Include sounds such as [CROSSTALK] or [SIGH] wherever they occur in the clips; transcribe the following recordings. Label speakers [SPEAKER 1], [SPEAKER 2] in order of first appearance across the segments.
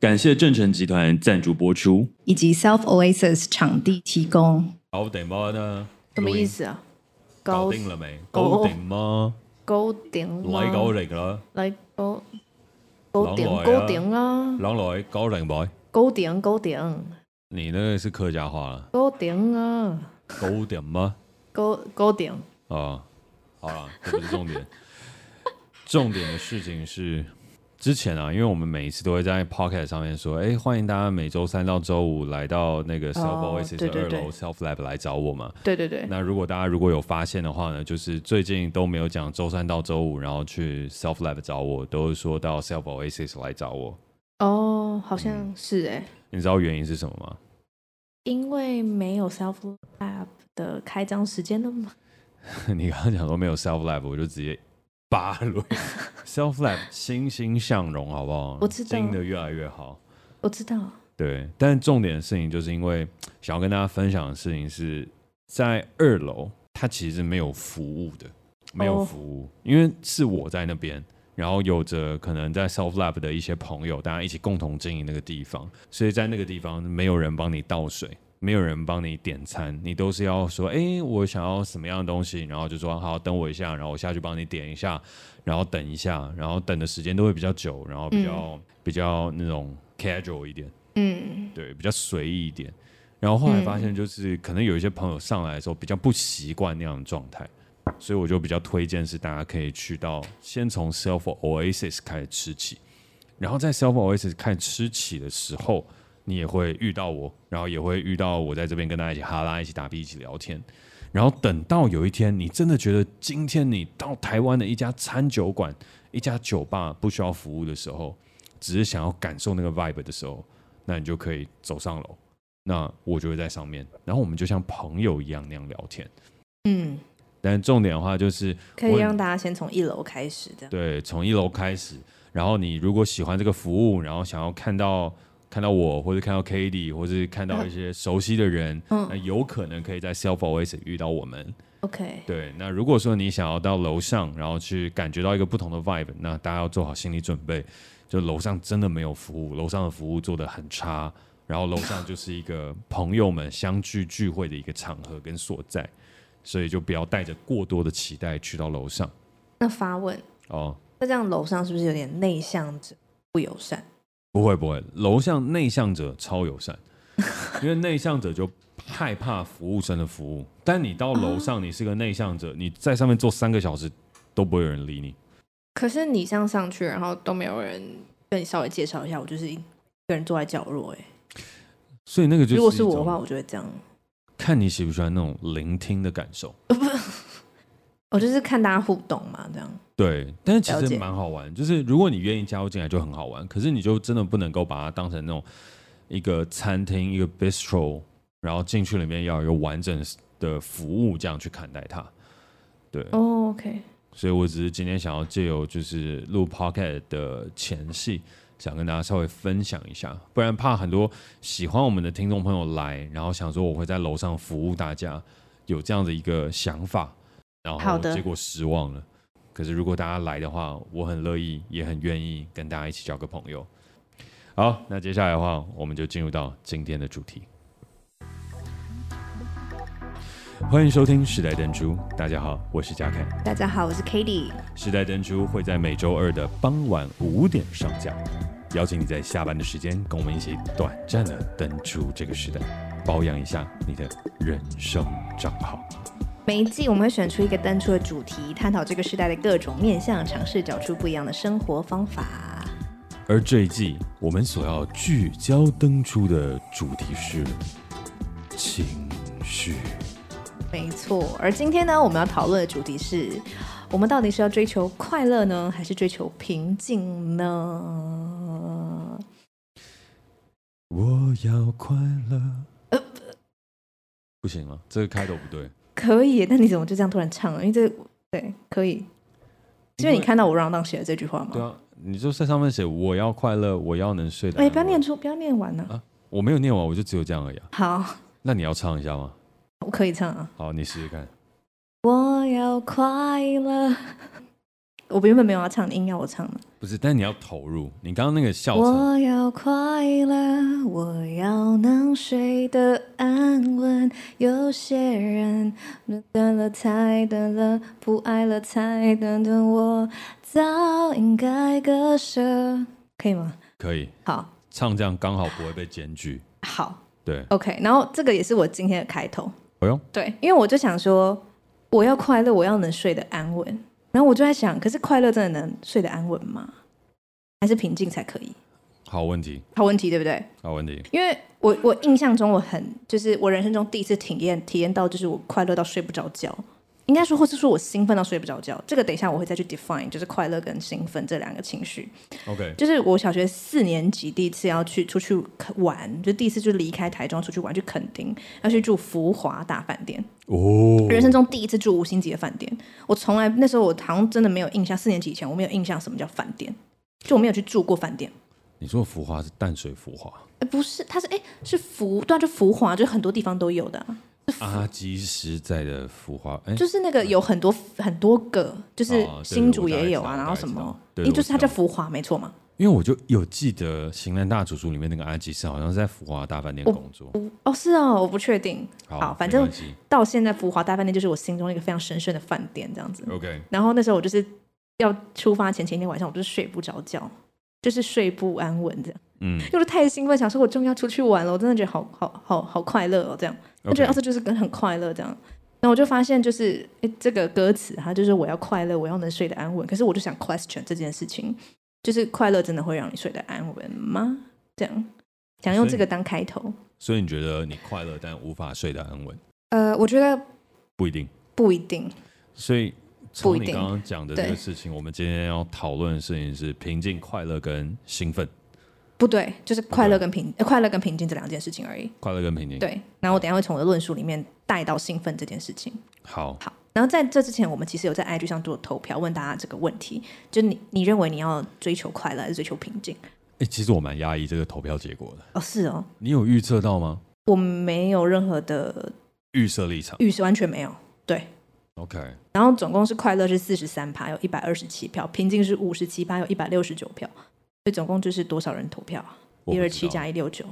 [SPEAKER 1] 感谢正成集团赞助播出。
[SPEAKER 2] 以及 Self Oasis 场地提供。
[SPEAKER 3] 搞定嗎呢？
[SPEAKER 4] 什么意？思哦啊？
[SPEAKER 3] 搞定了沒？搞定嗎？
[SPEAKER 4] 高頂啦
[SPEAKER 3] 嚟搞嚟㗎啦，
[SPEAKER 4] 嚟高高
[SPEAKER 3] 狼
[SPEAKER 4] 頂
[SPEAKER 3] 來啊
[SPEAKER 4] 高頂啦，
[SPEAKER 3] 狼來搞定冇？
[SPEAKER 4] 高頂高頂
[SPEAKER 3] 你那個是客家話
[SPEAKER 4] [LAUGHS]
[SPEAKER 3] 了，
[SPEAKER 4] 高頂啊，
[SPEAKER 3] 搞定嗎？
[SPEAKER 4] 高高頂
[SPEAKER 3] 啊，好了，这不是重
[SPEAKER 4] [LAUGHS]
[SPEAKER 3] 点，重点的事情是之前啊，因为我们每一次都会在 Pocket 上面说，哎、欢迎大家每周三到周五来到那个 Self
[SPEAKER 4] 哦
[SPEAKER 3] Oasis
[SPEAKER 4] 对
[SPEAKER 3] 的
[SPEAKER 4] 对
[SPEAKER 3] 二
[SPEAKER 4] 对
[SPEAKER 3] 楼 Self Lab 来找我嘛。
[SPEAKER 4] 对对对，
[SPEAKER 3] 那如果大家如果有发现的话呢，就是最近都没有讲周三到周五，然后去 Self Lab 找我，都是说到 Self Oasis 来找我。
[SPEAKER 4] 哦，好像是哎、
[SPEAKER 3] 你知道原因是什么吗？ [LAUGHS]
[SPEAKER 4] 因为没有 Self Lab 的开张时间了吗？
[SPEAKER 3] 你刚刚讲说没有 self lab，我就直接扒
[SPEAKER 4] [LAUGHS]
[SPEAKER 3] 了 self lab 欣欣向荣，好不好？
[SPEAKER 4] 我知道
[SPEAKER 3] 经营的越来越好。
[SPEAKER 4] 我知道，
[SPEAKER 3] 对，但重点的事情就是因为想要跟大家分享的事情是在二楼，它其实没有服务的，没有
[SPEAKER 4] 哦
[SPEAKER 3] 服务，因为是我在那边，然后有着可能在 Self Lab 的一些朋友，大家一起共同经营那个地方，所以在那个地方没有人帮你倒水。没有人帮你点餐，你都是要说，哎，我想要什么样的东西，然后就说好，等我一下，然后我下去帮你点一下，然后等一下，然后等的时间都会比较久，然后比较、比较那种 casual 一点，
[SPEAKER 4] 嗯，
[SPEAKER 3] 对，比较随意一点。然后后来发现，就是、可能有一些朋友上来的时候比较不习惯那样的状态，所以我就比较推荐是大家可以去到先从 Self Oasis 开始吃起，然后在 Self Oasis 开始吃起的时候，你也会遇到我，然后也会遇到我在这边跟大家一起哈拉、一起打屁、一起聊天。然后等到有一天，你真的觉得今天你到台湾的一家餐酒馆、一家酒吧不需要服务的时候，只是想要感受那个 vibe 的时候，那你就可以走上楼。那我就会在上面，然后我们就像朋友一样那样聊天。
[SPEAKER 4] 嗯，
[SPEAKER 3] 但重点的话就是，
[SPEAKER 4] 可以
[SPEAKER 3] 我
[SPEAKER 4] 让大家先从一楼开始的。
[SPEAKER 3] 对，从一楼开始。然后你如果喜欢这个服务，然后想要看到看到我，或者看到 k a t i e 或者看到一些熟悉的人，
[SPEAKER 4] 嗯
[SPEAKER 3] 那有可能可以在 Self Oasis 遇到我们。
[SPEAKER 4] OK，
[SPEAKER 3] 对，那如果说你想要到楼上，然后去感觉到一个不同的 vibe，那大家要做好心理准备，就楼上真的没有服务，楼上的服务做得很差，然后楼上就是一个朋友们相聚聚会的一个场合跟所在，所以就不要带着过多的期待去到楼上
[SPEAKER 4] 那发问，
[SPEAKER 3] 哦。
[SPEAKER 4] 那这样楼上是不是有点内向者不友善？ [LAUGHS]
[SPEAKER 3] 不会不会，楼上内向者超友善，因为内向者就害怕服务生的服务，但你到楼上，你是个内向者，你在上面坐三个小时都不会有人理你。
[SPEAKER 4] 可是你这样上去，然后都没有人跟你稍微介绍一下，我就是一个人坐在角落、欸。哎，
[SPEAKER 3] 所以那个就是
[SPEAKER 4] 如果是我
[SPEAKER 3] 一种
[SPEAKER 4] 的话，我就会这样。
[SPEAKER 3] 看你喜不喜欢那种聆听的感受。
[SPEAKER 4] [LAUGHS] 我就是看大家互动嘛，这样。
[SPEAKER 3] 对，但是其
[SPEAKER 4] 了
[SPEAKER 3] 实
[SPEAKER 4] 解
[SPEAKER 3] 蛮好玩，就是如果你愿意加入进来就很好玩，可是你就真的不能够把它当成那种一个餐厅一个 bistro，然后进去里面要有一个完整的服务这样去看待它。对，
[SPEAKER 4] 哦、o k
[SPEAKER 3] 所以我只是今天想要借由就是录 Pocket 的前戏，想跟大家稍微分享一下，不然怕很多喜欢我们的听众朋友来，然后想说我会在楼上服务大家，有这样的一个想法，然后
[SPEAKER 4] 好的
[SPEAKER 3] 结果失望了。可是如果大家来的话，我很乐意，也很愿意跟大家一起交个朋友。好，那接下来的话，我们就进入到今天的主题。欢迎收听《时代灯珠》，大家好，我是嘉凯。
[SPEAKER 4] 大家好，我是 k a t i e
[SPEAKER 3] 时代灯珠会在每周二的傍晚五点上架，邀请你在下班的时间跟我们一起短暂的登出这个时代，保养一下你的人生账号。
[SPEAKER 4] 每一季我们会选出一个单出的主题，探讨这个时代的各种面向，尝试找出不一样的生活方法。
[SPEAKER 3] 而这一季我们所要聚焦登出的主题是情绪。
[SPEAKER 4] 没错，而今天呢，我们要讨论的主题是：我们到底是要追求快乐呢，还是追求平静呢？
[SPEAKER 3] 我要快乐。
[SPEAKER 4] 呃
[SPEAKER 3] 不行了，这个开头不对。
[SPEAKER 4] 可以，但你怎么就这样突然唱了？因为这对可以，是因为你看到我让当写的这句话
[SPEAKER 3] 对
[SPEAKER 4] 吗？
[SPEAKER 3] 啊，你就在上面写我要快乐，我要能睡得
[SPEAKER 4] 哎、
[SPEAKER 3] 安稳。
[SPEAKER 4] 不要念出，不要念完呢、
[SPEAKER 3] 啊！我没有念完，我就只有这样而已、啊。
[SPEAKER 4] 好，
[SPEAKER 3] 那你要唱一下吗？
[SPEAKER 4] 我可以唱啊。
[SPEAKER 3] 好，你试试看。
[SPEAKER 4] [LAUGHS] 我要快乐。我原本没有要唱，你硬要我唱的。
[SPEAKER 3] 不是，但你要投入。你刚刚那个笑场，
[SPEAKER 4] 我要快乐，我要能睡得安稳。有些人等了太等了，不爱了才等等我，早应该割舍，可以吗？
[SPEAKER 3] 可以
[SPEAKER 4] 好，
[SPEAKER 3] 唱这样刚好不会被检举。
[SPEAKER 4] 好
[SPEAKER 3] 对，哎
[SPEAKER 4] ，OK。然后这个也是我今天的开头，
[SPEAKER 3] 不用，
[SPEAKER 4] 对，因为我就想说，我要快乐，我要能睡得安稳。然后我就在想，可是快乐真的能睡得安稳吗？还是平静才可以？
[SPEAKER 3] 好问题，
[SPEAKER 4] 好问题，对不对？
[SPEAKER 3] 好问题。
[SPEAKER 4] 因为我我印象中我很就是我人生中第一次体验体验到就是我快乐到睡不着觉，应该说或是说我兴奋到睡不着觉，这个等一下我会再去 define 就是快乐跟兴奋这两个情绪。
[SPEAKER 3] OK，
[SPEAKER 4] 就是我小学四年级第一次要去出去玩，就第一次就离开台中出去玩去垦丁，要去住福华大饭店。
[SPEAKER 3] 哦，
[SPEAKER 4] 人生中第一次住五星级的饭店，我从来那时候我好像真的没有印象，四年级以前我没有印象什么叫饭店，就我没有去住过饭店。
[SPEAKER 3] 你说的浮华是淡水浮
[SPEAKER 4] [LAUGHS]
[SPEAKER 3] 华，
[SPEAKER 4] 哎，不是，它是哎是福，对、啊，就福华，就很多地方都有的啊、
[SPEAKER 3] 阿基实在的浮华，哎，
[SPEAKER 4] 就是那个有很多很多个，就是
[SPEAKER 3] 哦对
[SPEAKER 4] 新竹也有啊，
[SPEAKER 3] 我大概知道
[SPEAKER 4] 然
[SPEAKER 3] 我
[SPEAKER 4] 后
[SPEAKER 3] 大概
[SPEAKER 4] 什
[SPEAKER 3] 知
[SPEAKER 4] 么
[SPEAKER 3] 道，对
[SPEAKER 4] 因
[SPEAKER 3] 我
[SPEAKER 4] 为就是它
[SPEAKER 3] 知道
[SPEAKER 4] 叫福华，没错嘛。
[SPEAKER 3] 因为我就有记得《型男大主厨》里面那个阿基斯好像是在浮华大饭店工作。
[SPEAKER 4] 哦，是哦，我不确定。
[SPEAKER 3] 好
[SPEAKER 4] 反
[SPEAKER 3] 没
[SPEAKER 4] 正
[SPEAKER 3] 关系
[SPEAKER 4] 到现在福华大饭店就是我心中一个非常神圣的饭店，这样子。
[SPEAKER 3] OK，
[SPEAKER 4] 然后那时候我就是要出发前前一天晚上，我就是睡不着觉，就是睡不安稳这样，
[SPEAKER 3] 嗯
[SPEAKER 4] 就是太兴奋，想说我终于要出去玩了，我真的觉得好好好好快乐哦，这样，我觉得
[SPEAKER 3] OK
[SPEAKER 4] 哦这就是跟很快乐这样。然后我就发现，就是诶这个歌词它就是我要快乐，我要能睡得安稳。可是我就想 question 这件事情，就是快乐真的会让你睡得安稳吗？这样想用
[SPEAKER 3] 所以
[SPEAKER 4] 这个当开头，
[SPEAKER 3] 所以你觉得你快乐，但无法睡得安稳，
[SPEAKER 4] 呃，我觉得
[SPEAKER 3] 不一定。
[SPEAKER 4] 不一定。
[SPEAKER 3] 所以
[SPEAKER 4] 不
[SPEAKER 3] 从
[SPEAKER 4] 一
[SPEAKER 3] 你
[SPEAKER 4] 定
[SPEAKER 3] 刚刚讲的这个
[SPEAKER 4] 对
[SPEAKER 3] 事情，我们今天要讨论的事情是平静、快乐跟兴奋，
[SPEAKER 4] 不对，就是快乐跟平、呃快乐跟平静这两件事情而已。
[SPEAKER 3] 快乐跟平静。，
[SPEAKER 4] 对，然后我等一下会从我的论述里面带到兴奋这件事情。
[SPEAKER 3] 好，
[SPEAKER 4] 好，然后在这之前，我们其实有在 IG 上做投票，问大家这个问题，就你你认为你要追求快乐还是追求平静？
[SPEAKER 3] 哎、其实我蛮压抑这个投票结果的。
[SPEAKER 4] 哦，是哦，
[SPEAKER 3] 你有预测到吗？
[SPEAKER 4] 我没有任何的
[SPEAKER 3] 预设立场。
[SPEAKER 4] 预设，完全没有。对，
[SPEAKER 3] OK，
[SPEAKER 4] 然后总共是快乐是四十三趴，有一百二十七票；平静是五十七趴，有一百六十九票。所以总共就是多少人投票啊？
[SPEAKER 3] 我
[SPEAKER 4] 一
[SPEAKER 3] 不
[SPEAKER 4] 二
[SPEAKER 3] 知
[SPEAKER 4] 七
[SPEAKER 3] 道
[SPEAKER 4] 加一六九，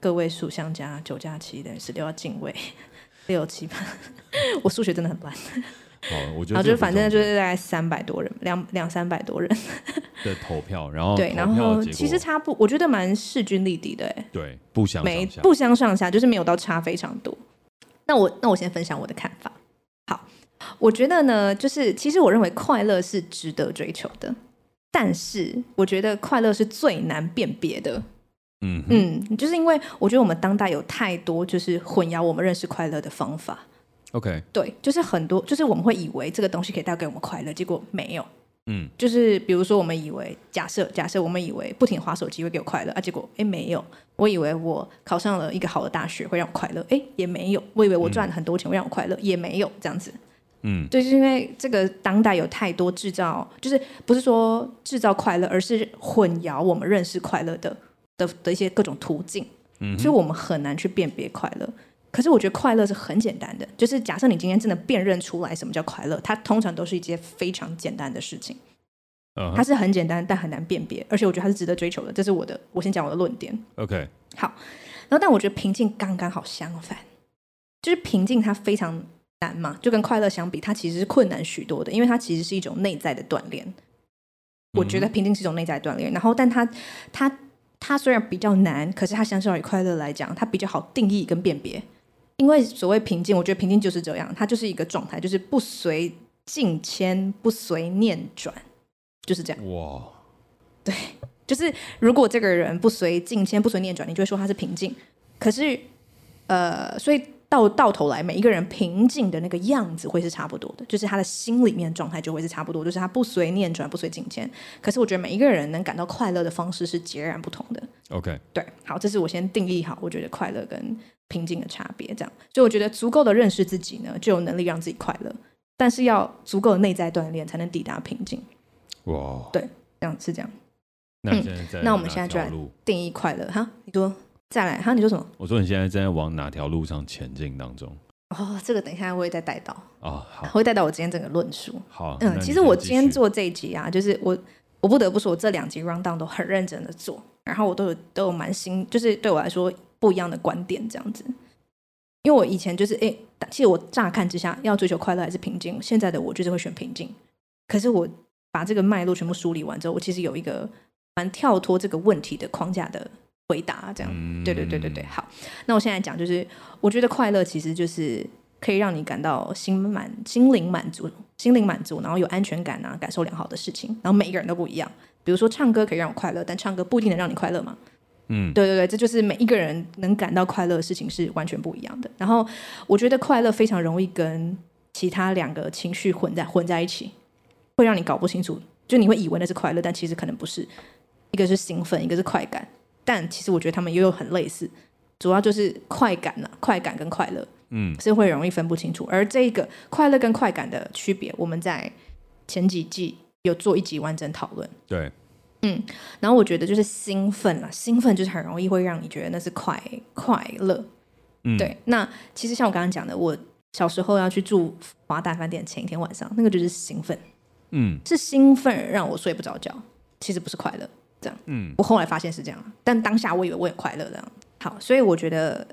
[SPEAKER 4] 个位数相加九加七等于十六，要进位 [LAUGHS] 六七八。 [LAUGHS] 我数学真的很烂。
[SPEAKER 3] 好，我觉得这
[SPEAKER 4] 然后就是
[SPEAKER 3] 个
[SPEAKER 4] 反正
[SPEAKER 3] 不
[SPEAKER 4] 就
[SPEAKER 3] 重
[SPEAKER 4] 是大概三百多人，两两三百多人，
[SPEAKER 3] 要的投票，然后
[SPEAKER 4] 对，
[SPEAKER 3] 哦投
[SPEAKER 4] 然
[SPEAKER 3] 票
[SPEAKER 4] 后
[SPEAKER 3] 的结
[SPEAKER 4] 其
[SPEAKER 3] 果
[SPEAKER 4] 实差不，我觉得蛮势均力敌的，哎，
[SPEAKER 3] 对不相
[SPEAKER 4] 没
[SPEAKER 3] 上下。
[SPEAKER 4] 不相上下，就是没有到差非常多。那我那我先分享我的看法。好，我觉得呢，就是其实我认为快乐是值得追求的，但是我觉得快乐是最难辨别的。
[SPEAKER 3] 嗯哼
[SPEAKER 4] 嗯，就是因为我觉得我们当代有太多就是混淆我们认识快乐的方法。
[SPEAKER 3] ，OK，
[SPEAKER 4] 对，就是很多，就是我们会以为这个东西可以带给我们快乐，结果没有。
[SPEAKER 3] 嗯，
[SPEAKER 4] 就是比如说，我们以为假设假设我们以为不停划手机会给我快乐啊，结果诶没有。我以为我考上了一个好的大学会让我快乐，诶也没有。我以为我赚了很多钱会让我快乐，也没有。这样子，
[SPEAKER 3] 嗯，
[SPEAKER 4] 对，就是因为这个当代有太多制造，就是不是说制造快乐，而是混淆我们认识快乐的的的一些各种途径，嗯，所以我们很难去辨别快乐。可是我觉得快乐是很简单的，就是假设你今天真的辨认出来什么叫快乐，它通常都是一件非常简单的事情，
[SPEAKER 3] 嗯
[SPEAKER 4] 它
[SPEAKER 3] 哼
[SPEAKER 4] 是很简单但很难辨别，而且我觉得它是值得追求的。这是我的，我先讲我的论点。
[SPEAKER 3] ，OK，
[SPEAKER 4] 好，然后但我觉得平静刚刚好相反，就是平静它非常难嘛，就跟快乐相比，它其实是困难许多的，因为它其实是一种内在的锻炼。我觉得平静是一种内在锻炼，然后但它它它虽然比较难，可是它相较于快乐来讲，它比较好定义跟辨别。因为所谓平静，我觉得平静就是这样，它就是一个状态，就是不随境迁，不随念转，就是这样。
[SPEAKER 3] 哇，
[SPEAKER 4] 就是如果这个人不随境迁、不随念转，你就会说他是平静。可是，呃，所以到到头来，每一个人平静的那个样子会是差不多的，就是他的心里面状态就会是差不多，就是他不随念转、不随境迁。可是，我觉得每一个人能感到快乐的方式是截然不同的。
[SPEAKER 3] OK，
[SPEAKER 4] 对，好，这是我先定义好，我觉得快乐跟平静的差别，这样，所以我觉得足够的认识自己呢，就有能力让自己快乐，但是要足够的内在锻炼才能抵达平静，
[SPEAKER 3] 哇，
[SPEAKER 4] 这样是这样
[SPEAKER 3] 那你现在在
[SPEAKER 4] 嗯那我们
[SPEAKER 3] 哪
[SPEAKER 4] 现在就
[SPEAKER 3] 条
[SPEAKER 4] 来
[SPEAKER 3] 路
[SPEAKER 4] 定义快乐哈。你说再来哈，你说什么？
[SPEAKER 3] 我说你现在在往哪条路上前进当中
[SPEAKER 4] 哦，这个等一下我会再带到，
[SPEAKER 3] 啊？好，
[SPEAKER 4] 会带到我今天整个论述。
[SPEAKER 3] 哦好，那
[SPEAKER 4] 嗯，
[SPEAKER 3] 你
[SPEAKER 4] 其实
[SPEAKER 3] 先
[SPEAKER 4] 我
[SPEAKER 3] 继
[SPEAKER 4] 今天
[SPEAKER 3] 续
[SPEAKER 4] 做这一集啊，就是我我不得不说，我这两集 round down 都很认真的做，然后我都有都有蛮新，就是对我来说不一样的观点这样子。因为我以前就是诶，其实我乍看之下要追求快乐还是平静，现在的我就是会选平静。可是我把这个脉络全部梳理完之后，我其实有一个蛮跳脱这个问题的框架的回答，这样。
[SPEAKER 3] 嗯
[SPEAKER 4] 对对对对对，好。那我现在讲就是，我觉得快乐其实就是可以让你感到心满、心灵满足、心灵满足，然后有安全感啊，感受良好的事情。然后每一个人都不一样，比如说唱歌可以让我快乐，但唱歌不一定能让你快乐嘛。
[SPEAKER 3] 嗯，
[SPEAKER 4] 对对对，这就是每一个人能感到快乐的事情是完全不一样的。然后我觉得快乐非常容易跟其他两个情绪混在混在一起，会让你搞不清楚，就你会以为那是快乐，但其实可能不是。一个是兴奋，一个是快感，但其实我觉得他们也有很类似，主要就是快感呐、快感跟快乐，
[SPEAKER 3] 嗯，
[SPEAKER 4] 是会容易分不清楚。而这个快乐跟快感的区别，我们在前几季有做一集完整讨论。
[SPEAKER 3] 对，
[SPEAKER 4] 然后我觉得就是兴奋啦，啊兴奋就是很容易会让你觉得那是快快乐。
[SPEAKER 3] 嗯，
[SPEAKER 4] 对，那其实像我刚刚讲的，我小时候要去住华大饭店，前一天晚上那个就是兴奋，
[SPEAKER 3] 嗯
[SPEAKER 4] 是兴奋让我睡不着觉，其实不是快乐。
[SPEAKER 3] 嗯
[SPEAKER 4] 我后来发现是这样啊，但当下我以为我很快乐这样。好，所以我觉得，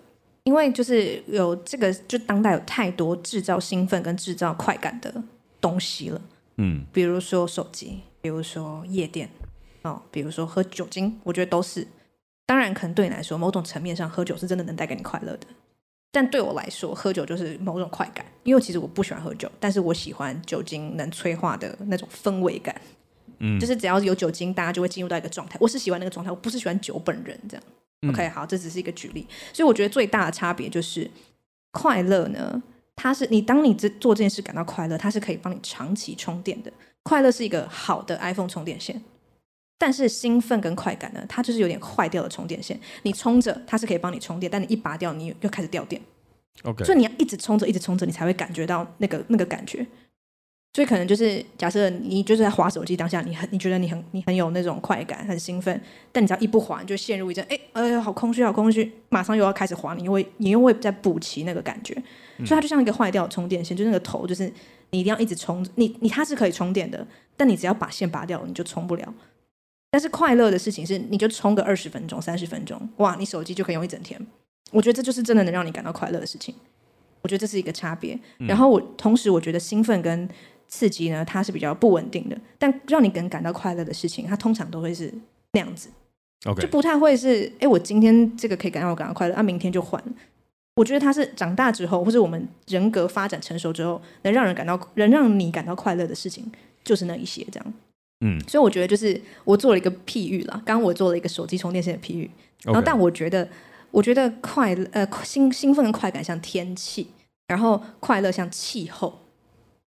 [SPEAKER 4] 因为就是有这个，就当代有太多制造兴奋跟制造快感的东西了。
[SPEAKER 3] 嗯，
[SPEAKER 4] 比如说手机，比如说夜店，哦，比如说喝酒精，我觉得都是。当然，可能对你来说，某种层面上喝酒是真的能带给你快乐的，但对我来说，喝酒就是某种快感，因为其实我不喜欢喝酒，但是我喜欢酒精能催化的那种氛围感。
[SPEAKER 3] 嗯
[SPEAKER 4] 就是只要有酒精，大家就会进入到一个状态。我是喜欢那个状态，我不是喜欢酒本人这样。
[SPEAKER 3] 嗯
[SPEAKER 4] OK，好，这只是一个举例。所以我觉得最大的差别就是快乐呢，它是你当你这做这件事感到快乐，它是可以帮你长期充电的。快乐是一个好的 iPhone 充电线，但是兴奋跟快感呢，它就是有点坏掉的充电线。你充着它是可以帮你充电，但你一拔掉，你又开始掉电。
[SPEAKER 3] ，OK，
[SPEAKER 4] 所以你要一直冲着，一直冲着，你才会感觉到那个那个感觉。所以可能就是假设你就是在划手机当下，你很你觉得你很你很有那种快感，很兴奋，但你只要一不划，你就陷入一阵哎哎呦好空虚好空虚，马上又要开始划，你又会你又会再补齐那个感觉，所以它就像一个坏掉的充电线，就是那个头就是你一定要一直充，你你它是可以充电的，但你只要把线拔掉，你就充不了。但是快乐的事情是，你就充个二十分钟、三十分钟，哇，你手机就可以用一整天。我觉得这就是真的能让你感到快乐的事情。我觉得这是一个差别。然后我同时我觉得兴奋跟刺激呢，它是比较不稳定的，但让你能感到快乐的事情，它通常都会是那样子，就
[SPEAKER 3] OK，
[SPEAKER 4] 不太会是哎，我今天这个可以感让我感到快乐，啊，明天就换了。我觉得它是长大之后，或者我们人格发展成熟之后，能让人感到能让你感到快乐的事情，就是那一些这样。
[SPEAKER 3] 嗯
[SPEAKER 4] 所以我觉得就是我做了一个譬喻啦，刚刚我做了一个手机充电线的譬喻，然后
[SPEAKER 3] ，OK，
[SPEAKER 4] 但我觉得，我觉得快乐呃兴兴奋跟快感像天气，然后快乐像气候。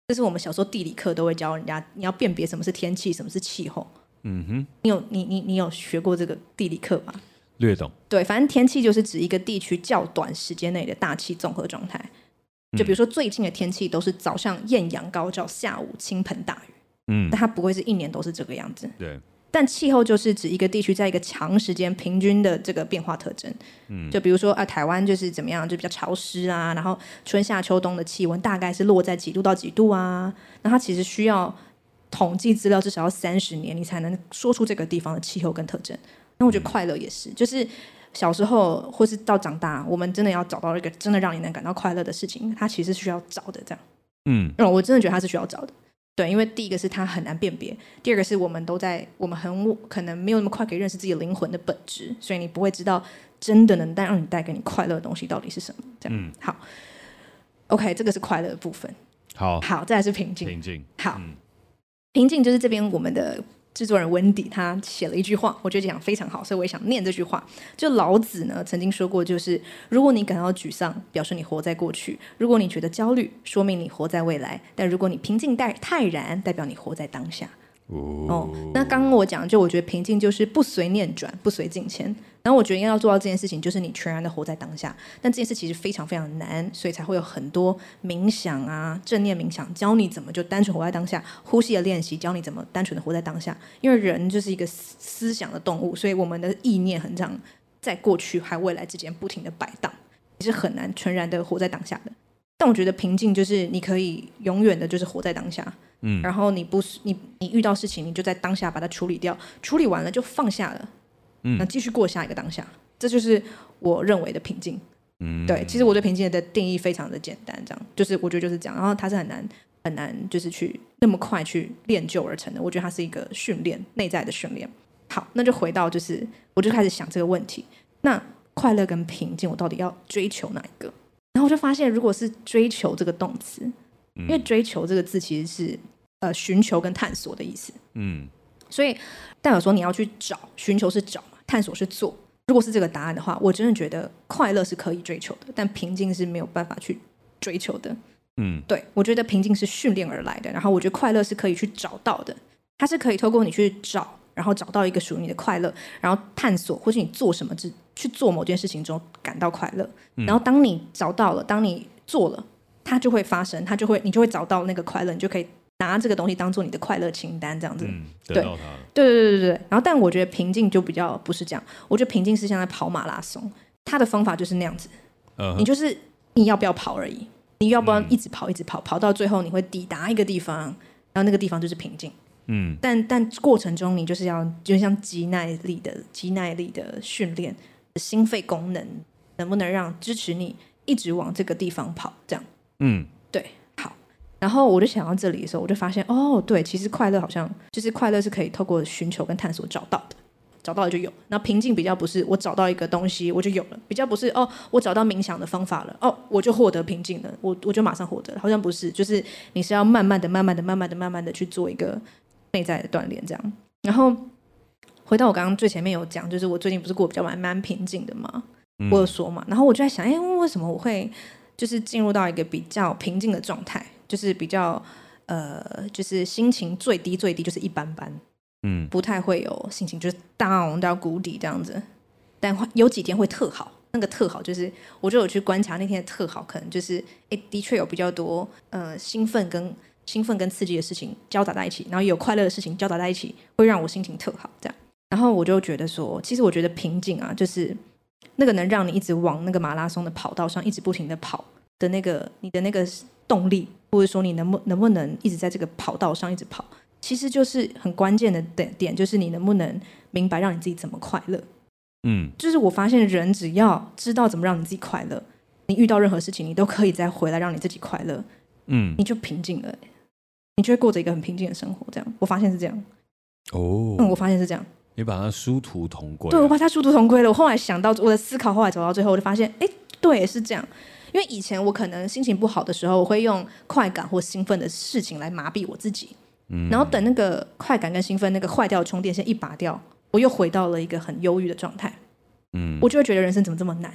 [SPEAKER 4] 这是我们小时候地理课都会教人家，你要辨别什么是天气，什么是气候。
[SPEAKER 3] 嗯哼，
[SPEAKER 4] 你有你你你有学过这个地理课吗？
[SPEAKER 3] 略懂，
[SPEAKER 4] 对，反正天气就是指一个地区较短时间内的大气综合状态。
[SPEAKER 3] 嗯
[SPEAKER 4] 就比如说最近的天气都是早上艳阳高照，下午倾盆大雨，
[SPEAKER 3] 嗯
[SPEAKER 4] 但，它不会是一年都是这个样子。
[SPEAKER 3] 对，
[SPEAKER 4] 但气候就是指一个地区在一个长时间平均的这个变化特征。
[SPEAKER 3] 嗯
[SPEAKER 4] 就比如说啊，台湾就是怎么样，就比较潮湿啊，然后春夏秋冬的气温大概是落在几度到几度啊。那它其实需要统计资料至少要三十年，你才能说出这个地方的气候跟特征。那我觉得快乐也是，就是小时候或是到长大，我们真的要找到一个真的让你能感到快乐的事情，它其实是需要找的这样。
[SPEAKER 3] 嗯
[SPEAKER 4] 嗯，我真的觉得它是需要找的。对，因为第一个是它很难辨别，第二个是我们都在我们很可能没有那么快可以认识自己灵魂的本质，所以你不会知道真的能带让你带给你快乐的东西到底是什么。这样、
[SPEAKER 3] 嗯，
[SPEAKER 4] 好，OK，这个是快乐的部分。
[SPEAKER 3] 好，
[SPEAKER 4] 好，再来是平静。
[SPEAKER 3] 平静，
[SPEAKER 4] 好，
[SPEAKER 3] 嗯
[SPEAKER 4] 平静就是这边我们的制作人温迪他写了一句话，我觉得讲得非常好，所以我也想念这句话。就老子呢曾经说过，就是如果你感到沮丧，表示你活在过去；如果你觉得焦虑，说明你活在未来；但如果你平静待泰然，代表你活在当下。哦，那刚刚我讲，就我觉得平静就是不随念转，不随境迁。然后我觉得要做到这件事情，就是你全然的活在当下。但这件事其实非常非常难，所以才会有很多冥想啊、正念冥想，教你怎么就单纯活在当下；呼吸的练习，教你怎么单纯的活在当下。因为人就是一个思思想的动物，所以我们的意念很常在过去还有未来之间不停的摆荡，你是很难全然的活在当下的。但我觉得平静就是你可以永远的，就是活在当下。
[SPEAKER 3] 嗯
[SPEAKER 4] 然后你不你你遇到事情，你就在当下把它处理掉，处理完了就放下了，
[SPEAKER 3] 嗯
[SPEAKER 4] 那继续过下一个当下，这就是我认为的平静。
[SPEAKER 3] 嗯，
[SPEAKER 4] 对，其实我对平静的定义非常的简单，这样就是我觉得就是这样，然后它是很难很难就是去那么快去练就而成的，我觉得它是一个训练，内在的训练。好，那就回到就是我就开始想这个问题，那快乐跟平静我到底要追求哪一个？然后我就发现，如果是追求这个动词，因为追求这个字其实是呃寻求跟探索的意思，
[SPEAKER 3] 嗯
[SPEAKER 4] 所以代表说你要去找，寻求是找嘛，探索是做。如果是这个答案的话，我真的觉得快乐是可以追求的，但平静是没有办法去追求的。
[SPEAKER 3] 嗯
[SPEAKER 4] 对我觉得平静是训练而来的，然后我觉得快乐是可以去找到的，它是可以透过你去找，然后找到一个属于你的快乐，然后探索或是你做什么之去做某件事情中感到快乐，然后当你找到了，当你做了，它就会发生，它就会你就会找到那个快乐，你就可以拿这个东西当做你的快乐清单这样子。
[SPEAKER 3] 嗯，得
[SPEAKER 4] 对
[SPEAKER 3] 到它了，
[SPEAKER 4] 对对对对对。然后，但我觉得平静就比较不是这样，我觉得平静是像在跑马拉松，他的方法就是那样子，
[SPEAKER 3] 嗯
[SPEAKER 4] 你
[SPEAKER 3] 哼嗯
[SPEAKER 4] 就是你要不要跑而已，你要不要一直跑一直跑，跑到最后你会抵达一个地方，然后那个地方就是平静。
[SPEAKER 3] 嗯
[SPEAKER 4] 但但过程中你就是要就像肌耐力的肌耐力的训练，心肺功能能不能让支持你一直往这个地方跑这样。
[SPEAKER 3] 嗯
[SPEAKER 4] 对，好。然后我就想到这里的时候，我就发现哦，对，其实快乐好像就是快乐是可以透过寻求跟探索找到的，找到了就有。那平静比较不是我找到一个东西我就有了，比较不是哦，我找到冥想的方法了，哦，我就获得平静了，我我就马上获得了，好像不是，就是你是要慢慢的、慢慢的、慢慢的、慢慢的去做一个内在的锻炼这样。然后回到我刚刚最前面有讲，就是我最近不是过得比较蛮蛮平静的嘛，
[SPEAKER 3] 嗯
[SPEAKER 4] 我有说嘛，然后我就在想，哎、为什么我会就是进入到一个比较平静的状态，就是比较呃，就是心情最低最低就是一般般，
[SPEAKER 3] 嗯
[SPEAKER 4] 不太会有心情就是 down 到谷底这样子，但会有几天会特好。那个特好就是，我就有去观察那天的特好，可能就是，哎、的确有比较多呃兴奋跟兴奋跟刺激的事情交杂在一起，然后有快乐的事情交杂在一起，会让我心情特好这样。然后我就觉得说，其实我觉得平静啊，就是那个能让你一直往那个马拉松的跑道上一直不停的跑的那个你的那个动力，或者说你能不能不能一直在这个跑道上一直跑，其实就是很关键的点点，就是你能不能明白让你自己怎么快乐。
[SPEAKER 3] 嗯
[SPEAKER 4] 就是我发现人只要知道怎么让你自己快乐，你遇到任何事情，你都可以再回来让你自己快乐，
[SPEAKER 3] 嗯
[SPEAKER 4] 你就平静了、欸你就会过着一个很平静的生活。这样，我发现是这样，嗯，我
[SPEAKER 3] 哦，
[SPEAKER 4] 发现是这样。
[SPEAKER 3] 你把它殊途同归啊，
[SPEAKER 4] 对，我把它殊途同归了。我后来想到我的思考，后来走到最后，我就发现，哎，对，是这样。因为以前我可能心情不好的时候，我会用快感或兴奋的事情来麻痹我自己，
[SPEAKER 3] 嗯
[SPEAKER 4] 然后等那个快感跟兴奋那个坏掉的充电线一拔掉，我又回到了一个很忧郁的状态。
[SPEAKER 3] 嗯
[SPEAKER 4] 我就会觉得人生怎么这么难。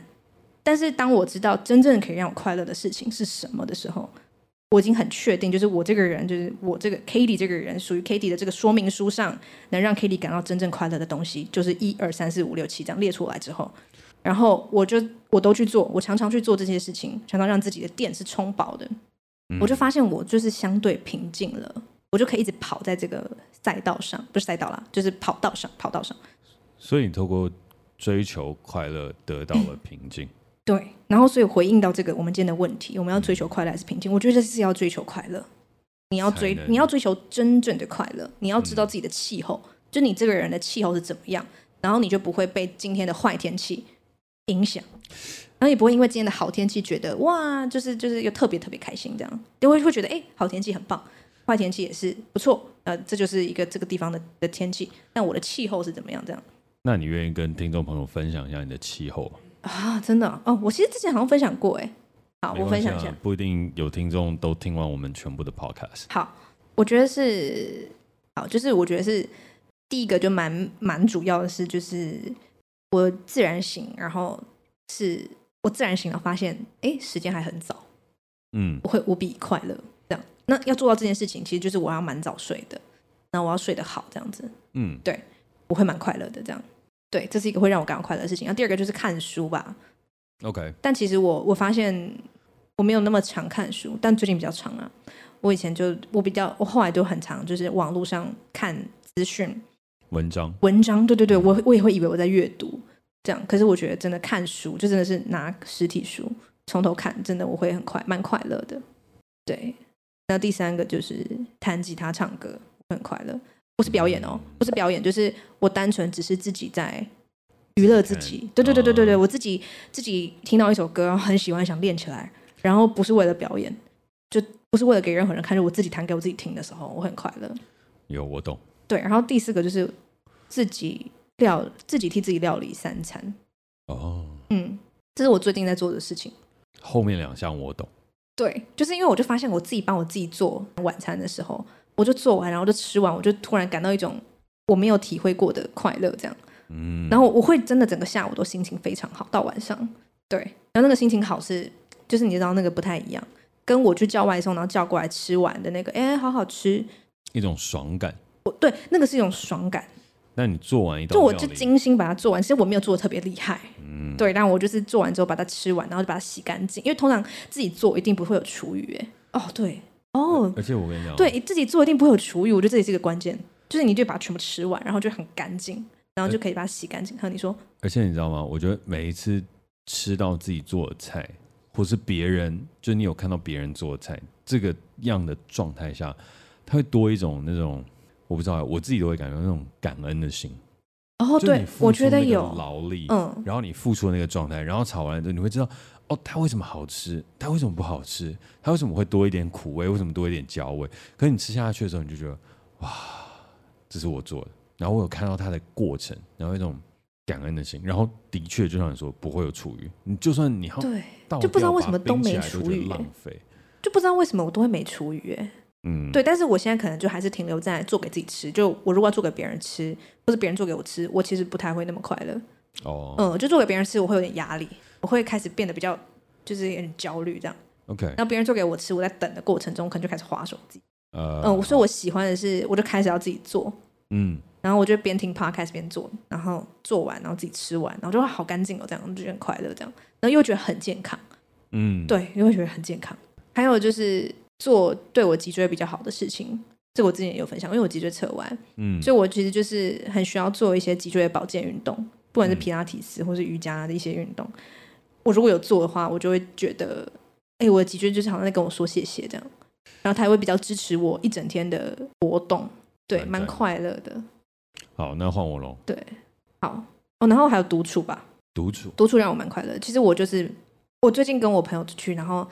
[SPEAKER 4] 但是当我知道真正可以让我快乐的事情是什么的时候，我已经很确定，就是我这个人，就是我这个 Katie 这个人，属于 Katie 的这个说明书上，能让 Katie 感到真正快乐的东西，就是一二三四五六七这样列出来之后，然后我就我都去做，我常常去做这些事情，常常让自己的电是充饱的，
[SPEAKER 3] 嗯
[SPEAKER 4] 我就发现我就是相对平静了，我就可以一直跑在这个赛道上，不是赛道啦，就是跑道上，跑道上。
[SPEAKER 3] 所以你透过追求快乐得到了平
[SPEAKER 4] [CLEARS THROAT]
[SPEAKER 3] 静，
[SPEAKER 4] 对，然后所以回应到这个我们今天的问题，我们要追求快乐还是平静？我觉得是要追求快乐。你要追
[SPEAKER 3] 才，能嗯
[SPEAKER 4] 你要追求真正的快乐，你要知道自己的气候，就你这个人的气候是怎么样，然后你就不会被今天的坏天气影响，然后也不会因为今天的好天气觉得哇，就是就是又特别特别开心这样，就会会觉得哎、好天气很棒，坏天气也是不错，呃，这就是一个这个地方的的天气，但我的气候是怎么样这样。
[SPEAKER 3] 那你愿意跟听众朋友分享一下你的气候吗？
[SPEAKER 4] 啊，真的哦哦，我其实之前好像分享过哎，好，
[SPEAKER 3] 没
[SPEAKER 4] 我
[SPEAKER 3] 关
[SPEAKER 4] 分
[SPEAKER 3] 系
[SPEAKER 4] 享一下
[SPEAKER 3] 啊，，不一定有听众都听完我们全部的 podcast。
[SPEAKER 4] 好，我觉得是好，就是我觉得是第一个就蛮蛮主要的是，就是我自然醒，然后是我自然醒了，发现哎，时间还很早，
[SPEAKER 3] 嗯
[SPEAKER 4] 我会无比快乐这样。那要做到这件事情，其实就是我要蛮早睡的，那我要睡得好这样子，
[SPEAKER 3] 嗯
[SPEAKER 4] 我会蛮快乐的这样。对，这是一个会让我感到快乐的事情。那第二个就是看书吧，
[SPEAKER 3] ，OK，
[SPEAKER 4] 但其实我我发现我没有那么常看书，但最近比较常啊。我以前就我比较，我后来都很常就是网络上看资讯
[SPEAKER 3] 文章，
[SPEAKER 4] 文章，对对对，我我也会以为我在阅读这样，可是我觉得真的看书就真的是拿实体书从头看，真的我会很快蛮快乐的。对，那第三个就是弹吉他、唱歌，我很快乐。不是表演哦，不是表演，就是我单纯只是自己在娱乐自己。对对对对对对，
[SPEAKER 3] 哦
[SPEAKER 4] 我自己自己听到一首歌，然后很喜欢，想练起来，然后不是为了表演，就不是为了给任何人看，就我自己弹给我自己听的时候，我很快乐。
[SPEAKER 3] 有我懂，
[SPEAKER 4] 对，然后第四个就是自己料，自己替自己料理三餐。
[SPEAKER 3] 哦，
[SPEAKER 4] 嗯，这是我最近在做的事情。
[SPEAKER 3] 后面两项我懂，
[SPEAKER 4] 对，就是因为我就发现我自己帮我自己做晚餐的时候，我就做完，然后就吃完，我就突然感到一种我没有体会过的快乐，这样。
[SPEAKER 3] 嗯，
[SPEAKER 4] 然后我会真的整个下午都心情非常好，到晚上。对，然后那个心情好是，就是你知道那个不太一样，跟我去叫外送，然后叫过来吃完的那个，哎，好好吃，
[SPEAKER 3] 一种爽感。
[SPEAKER 4] 我对那个是一种爽感。
[SPEAKER 3] 那你做完一道
[SPEAKER 4] 就我
[SPEAKER 3] 料
[SPEAKER 4] 就
[SPEAKER 3] 理嗯
[SPEAKER 4] 精心把它做完，其实我没有做的特别厉害，对，但我就是做完之后把它吃完，然后就把它洗干净，因为通常自己做一定不会有厨余，哎，哦，对，哦，
[SPEAKER 3] 而且我跟你讲，
[SPEAKER 4] 对，自己做一定不会有厨余，我觉得这也是一个关键，就是你就把它全部吃完，然后就很干净，然后就可以把它洗干净。然后你说，
[SPEAKER 3] 而且你知道吗？我觉得每一次吃到自己做的菜，或是别人，就你有看到别人做的菜这个样的状态下，它会多一种那种我不知道欸，我自己都会感觉到那种感恩的心。
[SPEAKER 4] 哦，
[SPEAKER 3] 就
[SPEAKER 4] 对
[SPEAKER 3] 你，付
[SPEAKER 4] 我
[SPEAKER 3] 出
[SPEAKER 4] 觉得
[SPEAKER 3] 那个
[SPEAKER 4] 有，
[SPEAKER 3] 劳力，哦
[SPEAKER 4] 嗯
[SPEAKER 3] 然后你付出的那个状态，然后炒完之后，你会知道哦，它为什么好吃，它为什么不好吃，它为什么会多一点苦味，为什么多一点焦味。可是你吃下去的时候，你就觉得哇，这是我做的。然后我有看到它的过程，然后一种感恩的心。然后的确，就像你说，不会有厨余。你就算你要
[SPEAKER 4] 对，
[SPEAKER 3] 倒
[SPEAKER 4] 就不知道
[SPEAKER 3] 掉
[SPEAKER 4] 为
[SPEAKER 3] 把
[SPEAKER 4] 什么
[SPEAKER 3] 它冰
[SPEAKER 4] 都
[SPEAKER 3] 起
[SPEAKER 4] 没
[SPEAKER 3] 来都
[SPEAKER 4] 厨
[SPEAKER 3] 觉得
[SPEAKER 4] 余
[SPEAKER 3] 浪费。
[SPEAKER 4] 就不知道为什么我都会没厨余，哎，
[SPEAKER 3] 嗯，
[SPEAKER 4] 对，但是我现在可能就还是停留在做给自己吃，就我如果要做给别人吃，或者别人做给我吃，我其实不太会那么快乐。
[SPEAKER 3] 哦、
[SPEAKER 4] 嗯，就做给别人吃，我会有点压力，我会开始变得比较就是有点焦虑这样。
[SPEAKER 3] o k
[SPEAKER 4] 然后别人做给我吃，我在等的过程中可能就开始划手机。
[SPEAKER 3] 呃，
[SPEAKER 4] 嗯，所以我喜欢的是，我就开始要自己做，
[SPEAKER 3] 嗯，
[SPEAKER 4] 然后我就边听 podcast 边做，然后做完，然后自己吃完，然后就哇好干净哦，这样就觉得很快乐，这样，然后又觉得很健康，
[SPEAKER 3] 嗯，
[SPEAKER 4] 对，又会觉得很健康。还有就是做对我脊椎比较好的事情，这个我之前也有分享，因为我脊椎侧弯，
[SPEAKER 3] 嗯，
[SPEAKER 4] 所以我其实就是很需要做一些脊椎的保健运动，不
[SPEAKER 3] 嗯
[SPEAKER 4] 管是皮拉提斯或是瑜伽的一些运动。我如果有做的话，我就会觉得，哎、我的脊椎就是好像在跟我说谢谢这样，然后它也会比较支持我一整天的活动，对，
[SPEAKER 3] 蛮赞
[SPEAKER 4] 蛮快乐的，
[SPEAKER 3] 好，那换我喽，
[SPEAKER 4] 对，好哦，然后还有独处吧，
[SPEAKER 3] 独处。
[SPEAKER 4] 独处让我蛮快乐的。其实我就是我最近跟我朋友出去，然后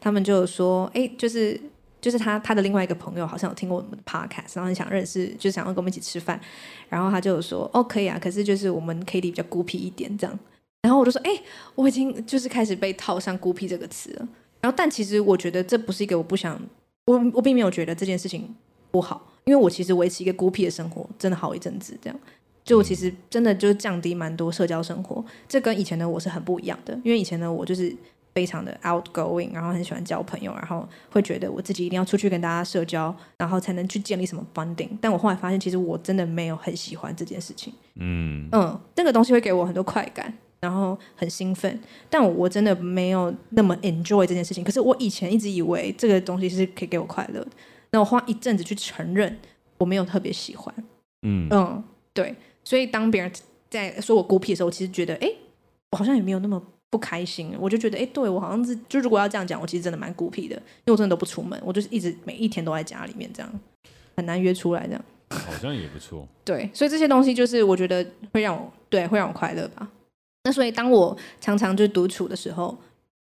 [SPEAKER 4] 他们就有说，哎、就是就是他他的另外一个朋友好像有听过我们的 podcast，然后很想认识，就想要跟我们一起吃饭，然后他就有说，哦，可以啊，可是就是我们 k i t 比较孤僻一点这样。然后我就说，哎、我已经就是开始被套上孤僻这个词了。然后，但其实我觉得这不是一个我不想，我我并没有觉得这件事情不好，因为我其实维持一个孤僻的生活真的好一阵子这样。就我其实真的就是降低蛮多社交生活，这跟以前的我是很不一样的。因为以前的我就是非常的 outgoing，然后很喜欢交朋友，然后会觉得我自己一定要出去跟大家社交，然后才能去建立什么 bonding。但我后来发现，其实我真的没有很喜欢这件事情。
[SPEAKER 3] 嗯，
[SPEAKER 4] 嗯，那个东西会给我很多快感，然后很兴奋，但我真的没有那么 enjoy 这件事情。可是我以前一直以为这个东西是可以给我快乐的，那我花一阵子去承认我没有特别喜欢。
[SPEAKER 3] 嗯，
[SPEAKER 4] 嗯，对，所以当别人在说我孤僻的时候，我其实觉得，哎，我好像也没有那么不开心。我就觉得，哎，对我好像是，就如果要这样讲，我其实真的蛮孤僻的，因为我真的都不出门，我就是一直每一天都在家里面，这样很难约出来，这样。
[SPEAKER 3] 好像也不错。
[SPEAKER 4] 对，所以这些东西就是我觉得会让我对会让我快乐吧。那所以当我常常就独处的时候，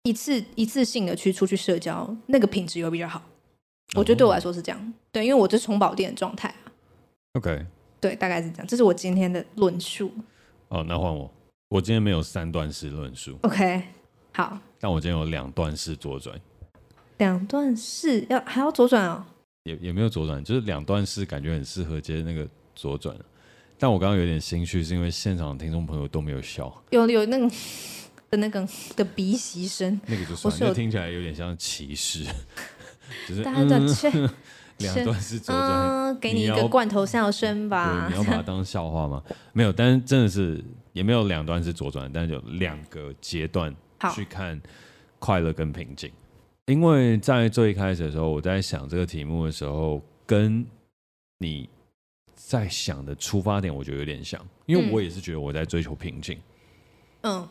[SPEAKER 4] 一次一次性的去出去社交，那个品质又比较好。我觉得对
[SPEAKER 3] 哦嗯
[SPEAKER 4] 我来说是这样，对，因为我是充饱电的状态啊，
[SPEAKER 3] OK，
[SPEAKER 4] 对，大概是这样。这是我今天的论述。
[SPEAKER 3] 哦，那换我。我今天没有三段式论述，
[SPEAKER 4] OK，好，
[SPEAKER 3] 但我今天有两段式左转，
[SPEAKER 4] 两段式要还要左转哦。
[SPEAKER 3] 也也没有左转，就是两段式感觉很适合接那个左转。但我刚刚有点心虚，是因为现场的听众朋友都没有笑，
[SPEAKER 4] 有有那个 [LAUGHS] 的那个的鼻息声，
[SPEAKER 3] 那个就算
[SPEAKER 4] 我
[SPEAKER 3] 了，
[SPEAKER 4] 是有
[SPEAKER 3] 就听起来有点像歧视， [LAUGHS] 就是
[SPEAKER 4] 大家都
[SPEAKER 3] 嗯
[SPEAKER 4] 切，
[SPEAKER 3] 两段式 [LAUGHS] 左转，
[SPEAKER 4] 嗯，给你一
[SPEAKER 3] 你
[SPEAKER 4] 个
[SPEAKER 3] 要
[SPEAKER 4] 罐头笑声吧
[SPEAKER 3] 对，你。要把
[SPEAKER 4] [LAUGHS]
[SPEAKER 3] 它当笑话吗？没有，但是真的是也没有两段式左转，但是有两个阶段
[SPEAKER 4] 好
[SPEAKER 3] 去看快乐跟平静。因为在最一开始的时候，我在想这个题目的时候，跟你在想的出发点，我觉得有点像，因为
[SPEAKER 4] 嗯
[SPEAKER 3] 我也是觉得我在追求平静。
[SPEAKER 4] 嗯，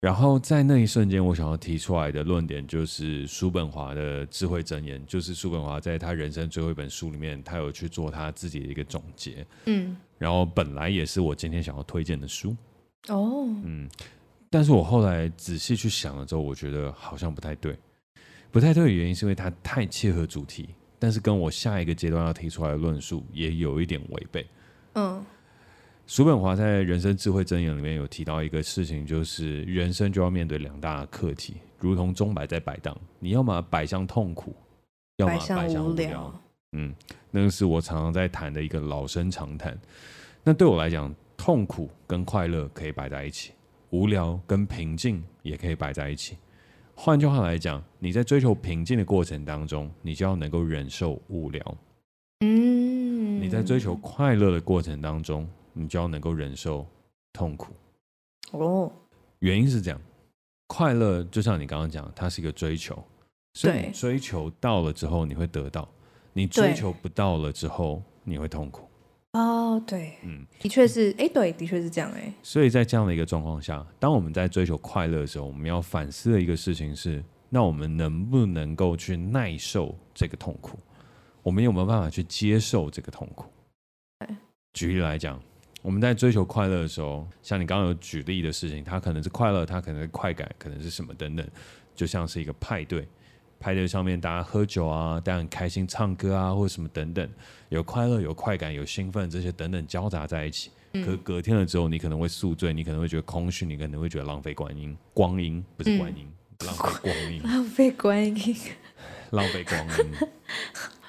[SPEAKER 3] 然后在那一瞬间，我想要提出来的论点就是叔本华的智慧箴言，就是叔本华在他人生最后一本书里面，他有去做他自己的一个总结。
[SPEAKER 4] 嗯，
[SPEAKER 3] 然后本来也是我今天想要推荐的书，
[SPEAKER 4] 哦，
[SPEAKER 3] 嗯但是我后来仔细去想了之后，我觉得好像不太对。不太对的原因是因为它太切合主题，但是跟我下一个阶段要提出来的论述也有一点违背。
[SPEAKER 4] 嗯
[SPEAKER 3] 叔本华在《人生智慧箴言》里面有提到一个事情，就是人生就要面对两大课题，如同钟摆在摆荡，你要么摆向痛苦，要么
[SPEAKER 4] 摆向
[SPEAKER 3] 摆向
[SPEAKER 4] 无
[SPEAKER 3] 无
[SPEAKER 4] 聊
[SPEAKER 3] 聊。嗯，那个是我常常在谈的一个老生常谈。那对我来讲，痛苦跟快乐可以摆在一起，无聊跟平静也可以摆在一起。换句话来讲，你在追求平静的过程当中，你就要能够忍受无聊。
[SPEAKER 4] 嗯，
[SPEAKER 3] 你在追求快乐的过程当中，你就要能够忍受痛苦。
[SPEAKER 4] 哦，
[SPEAKER 3] 原因是这样，快乐就像你刚刚讲，它是一个追求，所以
[SPEAKER 4] 对
[SPEAKER 3] 你追求到了之后你会得到，你追
[SPEAKER 4] 对
[SPEAKER 3] 求不到了之后你会痛苦。
[SPEAKER 4] 哦，对，
[SPEAKER 3] 嗯，
[SPEAKER 4] 的确是，哎，对，的确是这样，哎，
[SPEAKER 3] 所以在这样的一个状况下，当我们在追求快乐的时候，我们要反思的一个事情是，那我们能不能够去耐受这个痛苦？我们有没有办法去接受这个痛苦
[SPEAKER 4] 对？
[SPEAKER 3] 举例来讲，我们在追求快乐的时候，像你刚刚有举例的事情，它可能是快乐，它可能是快感，可能是什么等等，就像是一个派对，派对上面大家喝酒啊，大家很开心唱歌啊，或者什么等等，有快乐，有快感，有兴奋，这些等等交杂在一起。可是隔天了之后，你可能会宿醉，你可能会觉得空虚，你可能会觉得浪费光阴，光阴不是光阴，浪费光阴，
[SPEAKER 4] 浪费观音，
[SPEAKER 3] 浪费光阴。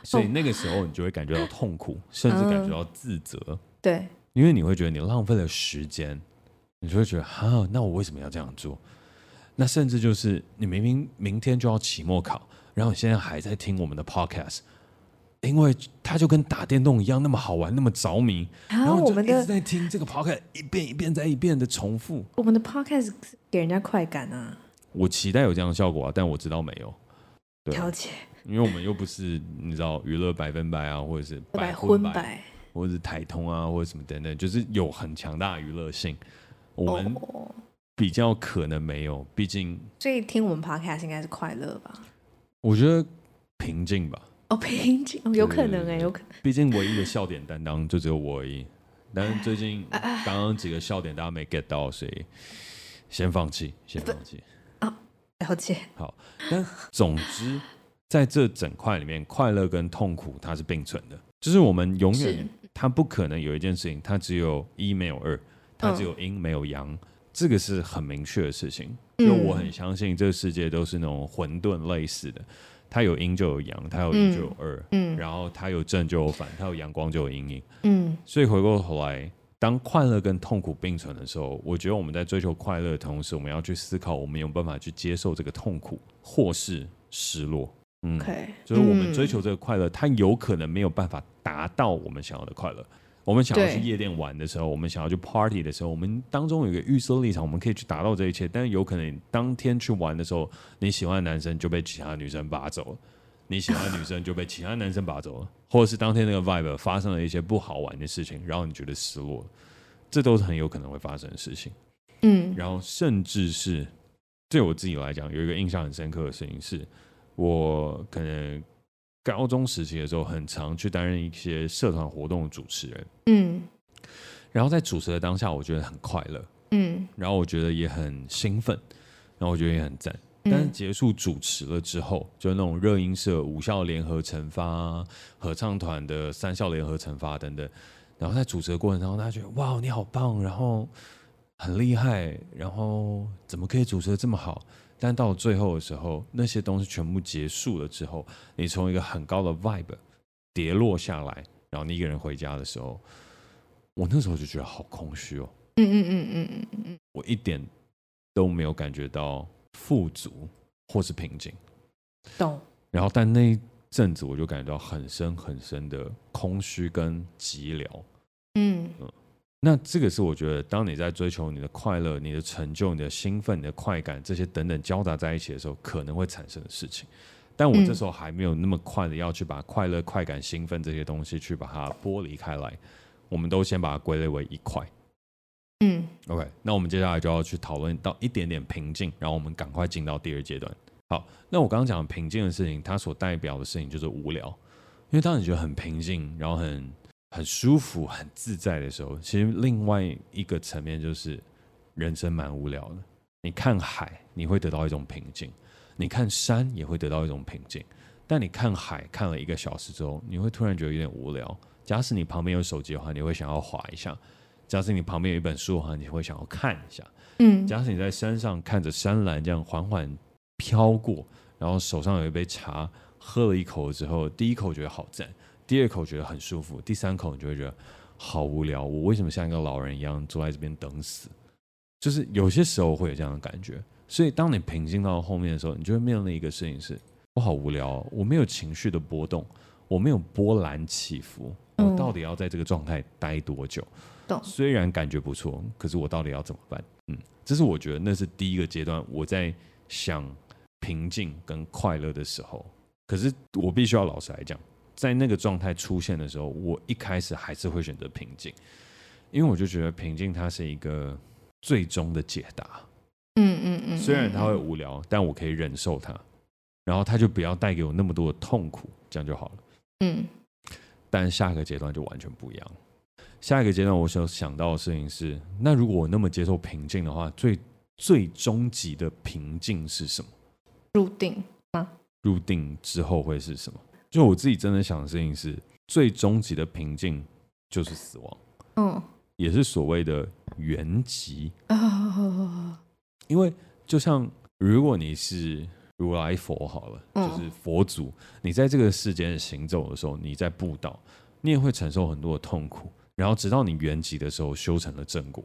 [SPEAKER 3] 所以那个时候你就会感觉到痛苦，甚至感觉到自责，
[SPEAKER 4] [LAUGHS] 对，
[SPEAKER 3] 因为你会觉得你浪费了时间，你就会觉得哈、那我为什么要这样做？那甚至就是你明明明天就要期末考，然后你现在还在听我们的 podcast，因为它就跟打电动一样那么好玩，那么着迷。
[SPEAKER 4] 然
[SPEAKER 3] 然
[SPEAKER 4] 后
[SPEAKER 3] 后
[SPEAKER 4] 我
[SPEAKER 3] 就
[SPEAKER 4] 们
[SPEAKER 3] 一直
[SPEAKER 4] 的
[SPEAKER 3] 在听这个 podcast 一遍一遍再一遍的重复。
[SPEAKER 4] 我们的 podcast 给人家快感啊，
[SPEAKER 3] 我期待有这样的效果啊，但我知道没有，对啊
[SPEAKER 4] 调节，
[SPEAKER 3] 因为我们又不是你知道娱乐百分百啊，或者是
[SPEAKER 4] 百
[SPEAKER 3] 婚
[SPEAKER 4] 婚，百，
[SPEAKER 3] 或者是台通啊，或者什么等等，就是有很强大的娱乐性。我们
[SPEAKER 4] 哦，
[SPEAKER 3] 比较可能没有，毕竟
[SPEAKER 4] 所以听我们 podcast 应该是快乐吧？
[SPEAKER 3] 我觉得平静吧，
[SPEAKER 4] 哦，平静，哦有可能哎，
[SPEAKER 3] 对
[SPEAKER 4] 有可能，
[SPEAKER 3] 毕竟唯一的笑点担当就只有我而已。但是最 [LAUGHS] 近刚刚几个笑点大家没 get 到，所以先放弃，先放弃。
[SPEAKER 4] 了解，
[SPEAKER 3] 好， [LAUGHS] 但总之，在这整块里面，快乐跟痛苦它是并存的，就是我们永
[SPEAKER 4] 是
[SPEAKER 3] 远它不可能有一件事情，它只有一没有二，它只有
[SPEAKER 4] 嗯
[SPEAKER 3] 阴没有阳，这个是很明确的事情。就我
[SPEAKER 4] 嗯
[SPEAKER 3] 很相信这个世界都是那种混沌类似的，它有阴就有阳，它有一就有二，
[SPEAKER 4] 嗯
[SPEAKER 3] 然后它有正就有反，它有阳光就有阴影。
[SPEAKER 4] 嗯，
[SPEAKER 3] 所以回过头来，当快乐跟痛苦并存的时候，我觉得我们在追求快乐的同时，我们要去思考我们有没有办法去接受这个痛苦或是失落。嗯
[SPEAKER 4] OK，
[SPEAKER 3] 就是我们
[SPEAKER 4] 嗯
[SPEAKER 3] 追求这个快乐，它有可能没有办法达到我们想要的快乐。我们想要去
[SPEAKER 4] 对
[SPEAKER 3] 夜店玩的时候，我们想要去 party 的时候，我们当中有一个预设立场，我们可以去达到这一切。但是有可能当天去玩的时候，你喜欢的男生就被其他女生拔走了，你喜欢的女生就被其他男生拔走
[SPEAKER 4] [LAUGHS]
[SPEAKER 3] 了，或者是当天那个 vibe 发生了一些不好玩的事情，然后你觉得失落了，这都是很有可能会发生的事情。
[SPEAKER 4] 嗯，
[SPEAKER 3] 然后甚至是对我自己来讲，有一个印象很深刻的事情是，我可能高中时期的时候，很常去担任一些社团活动的主持人，
[SPEAKER 4] 嗯
[SPEAKER 3] 然后在主持的当下，我觉得很快乐，
[SPEAKER 4] 嗯
[SPEAKER 3] 然后我觉得也很兴奋，然后我觉得也很赞。但
[SPEAKER 4] 嗯
[SPEAKER 3] 是结束主持了之后，就那种热音社五校联合惩罚啊、合唱团的三校联合惩罚等等，然后在主持的过程当中，大家觉得哇，你好棒，然后很厉害，然后怎么可以主持的这么好？但到最后的时候，那些东西全部结束了之后，你从一个很高的 vibe 跌落下来，然后你一个人回家的时候，我那时候就觉得好空虚哦。
[SPEAKER 4] 嗯嗯嗯嗯嗯嗯嗯，
[SPEAKER 3] 我一点都没有感觉到富足或是平静。
[SPEAKER 4] 懂，
[SPEAKER 3] 然后，但那一阵子我就感觉到很深很深的空虚跟寂寥。
[SPEAKER 4] 嗯
[SPEAKER 3] 那这个是我觉得，当你在追求你的快乐、你的成就、你的兴奋、你的快感这些等等交杂在一起的时候，可能会产生的事情。但我
[SPEAKER 4] 嗯
[SPEAKER 3] 这时候还没有那么快的要去把快乐、快感、兴奋这些东西去把它剥离开来，我们都先把它归类为一块。
[SPEAKER 4] 嗯，
[SPEAKER 3] OK，那我们接下来就要去讨论到一点点瓶颈，然后我们赶快进到第二阶段。好，那我刚刚讲瓶颈的事情，它所代表的事情就是无聊，因为当你觉得很平静，然后很很舒服、很自在的时候，其实另外一个层面就是人生蛮无聊的。你看海，你会得到一种平静；你看山，也会得到一种平静。但你看海看了一个小时之后，你会突然觉得有点无聊。假使你旁边有手机的话，你会想要划一下；假使你旁边有一本书的话，你会想要看一下。
[SPEAKER 4] 嗯，
[SPEAKER 3] 假使你在山上看着山岚这样缓缓飘过，然后手上有一杯茶，喝了一口之后，第一口觉得好赞，第二口觉得很舒服，第三口你就会觉得好无聊，我为什么像一个老人一样坐在这边等死？就是有些时候会有这样的感觉。所以当你平静到后面的时候，你就会面临一个事情是：我好无聊哦、我没有情绪的波动，我没有波澜起伏，我
[SPEAKER 4] 嗯
[SPEAKER 3] 到底要在这个状态待多久？
[SPEAKER 4] 懂。
[SPEAKER 3] 虽然感觉不错，可是我到底要怎么办？嗯，这是我觉得那是第一个阶段，我在想平静跟快乐的时候，可是我必须要老实来讲，在那个状态出现的时候，我一开始还是会选择平静，因为我就觉得平静它是一个最终的解答，
[SPEAKER 4] 嗯嗯嗯，
[SPEAKER 3] 虽然它会
[SPEAKER 4] 嗯
[SPEAKER 3] 无聊，但我可以忍受它，然后它就不要带给我那么多的痛苦，这样就好了。
[SPEAKER 4] 嗯
[SPEAKER 3] 但下一个阶段就完全不一样。下一个阶段，我所想到的事情是：那如果我那么接受平静的话，最最终极的平静是什么？
[SPEAKER 4] 入定，
[SPEAKER 3] 入定之后会是什么？就我自己真的想的事情是，最终极的平静就是死亡，
[SPEAKER 4] 嗯
[SPEAKER 3] 也是所谓的原极。
[SPEAKER 4] 哦啊，
[SPEAKER 3] 因为就像如果你是如来佛好了，
[SPEAKER 4] 嗯
[SPEAKER 3] 就是佛祖，你在这个世间行走的时候，你在布道，你也会承受很多的痛苦，然后直到你圆寂的时候，修成了正果。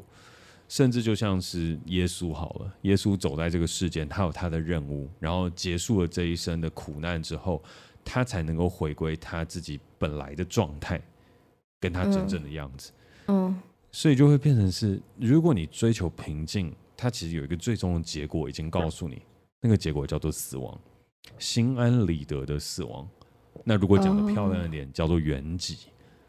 [SPEAKER 3] 甚至就像是耶稣好了，耶稣走在这个世间，他有他的任务，然后结束了这一生的苦难之后，他才能够回归他自己本来的状态，跟他真
[SPEAKER 4] 嗯
[SPEAKER 3] 正的样子。
[SPEAKER 4] 嗯
[SPEAKER 3] 所以就会变成是，如果你追求平静，它其实有一个最终的结果已经告诉你，那个结果叫做死亡，心安理得的死亡。那如果讲的漂亮一点，叫做圆寂，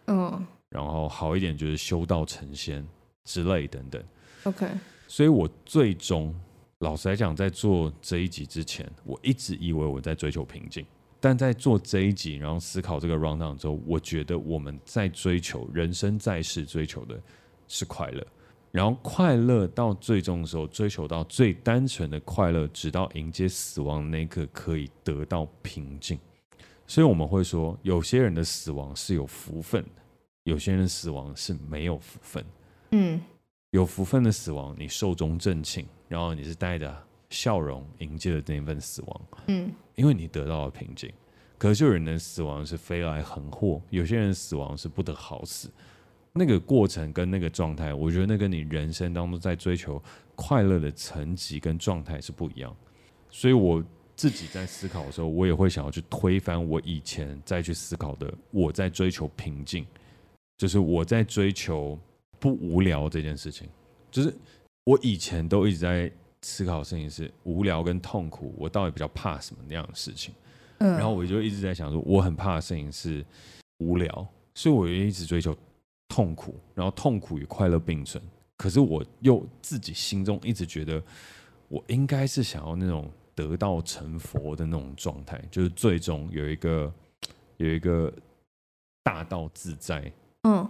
[SPEAKER 4] 嗯
[SPEAKER 3] 然后好一点就是修道成仙之类等等。
[SPEAKER 4] ，OK，
[SPEAKER 3] 所以我最终，老实来讲，在做这一集之前，我一直以为我在追求平静，但在做这一集，然后思考这个 round down 之后，我觉得我们在追求人生在世追求的是快乐，然后快乐到最终的时候，追求到最单纯的快乐，直到迎接死亡那一刻，可以得到平静。所以我们会说，有些人的死亡是有福分的，有些人的死亡是没有福分的。
[SPEAKER 4] 嗯
[SPEAKER 3] 有福分的死亡，你寿终正寝，然后你是带着笑容迎接了那一份死亡，
[SPEAKER 4] 嗯
[SPEAKER 3] 因为你得到了平静。可是有人的死亡是飞来横祸，有些人的死亡是不得好死。那个过程跟那个状态，我觉得那跟你人生当中在追求快乐的层级跟状态是不一样。所以我自己在思考的时候，我也会想要去推翻我以前再去思考的，我在追求平静，就是我在追求不无聊这件事情。就是我以前都一直在思考的事情是无聊跟痛苦，我到底比较怕什么那样的事情。
[SPEAKER 4] 嗯，
[SPEAKER 3] 然后我就一直在想说，我很怕的事情是无聊，所以我就一直追求痛苦，然后痛苦与快乐并存。可是我又自己心中一直觉得，我应该是想要那种得道成佛的那种状态，就是最终有一个有一个大道自在
[SPEAKER 4] 嗯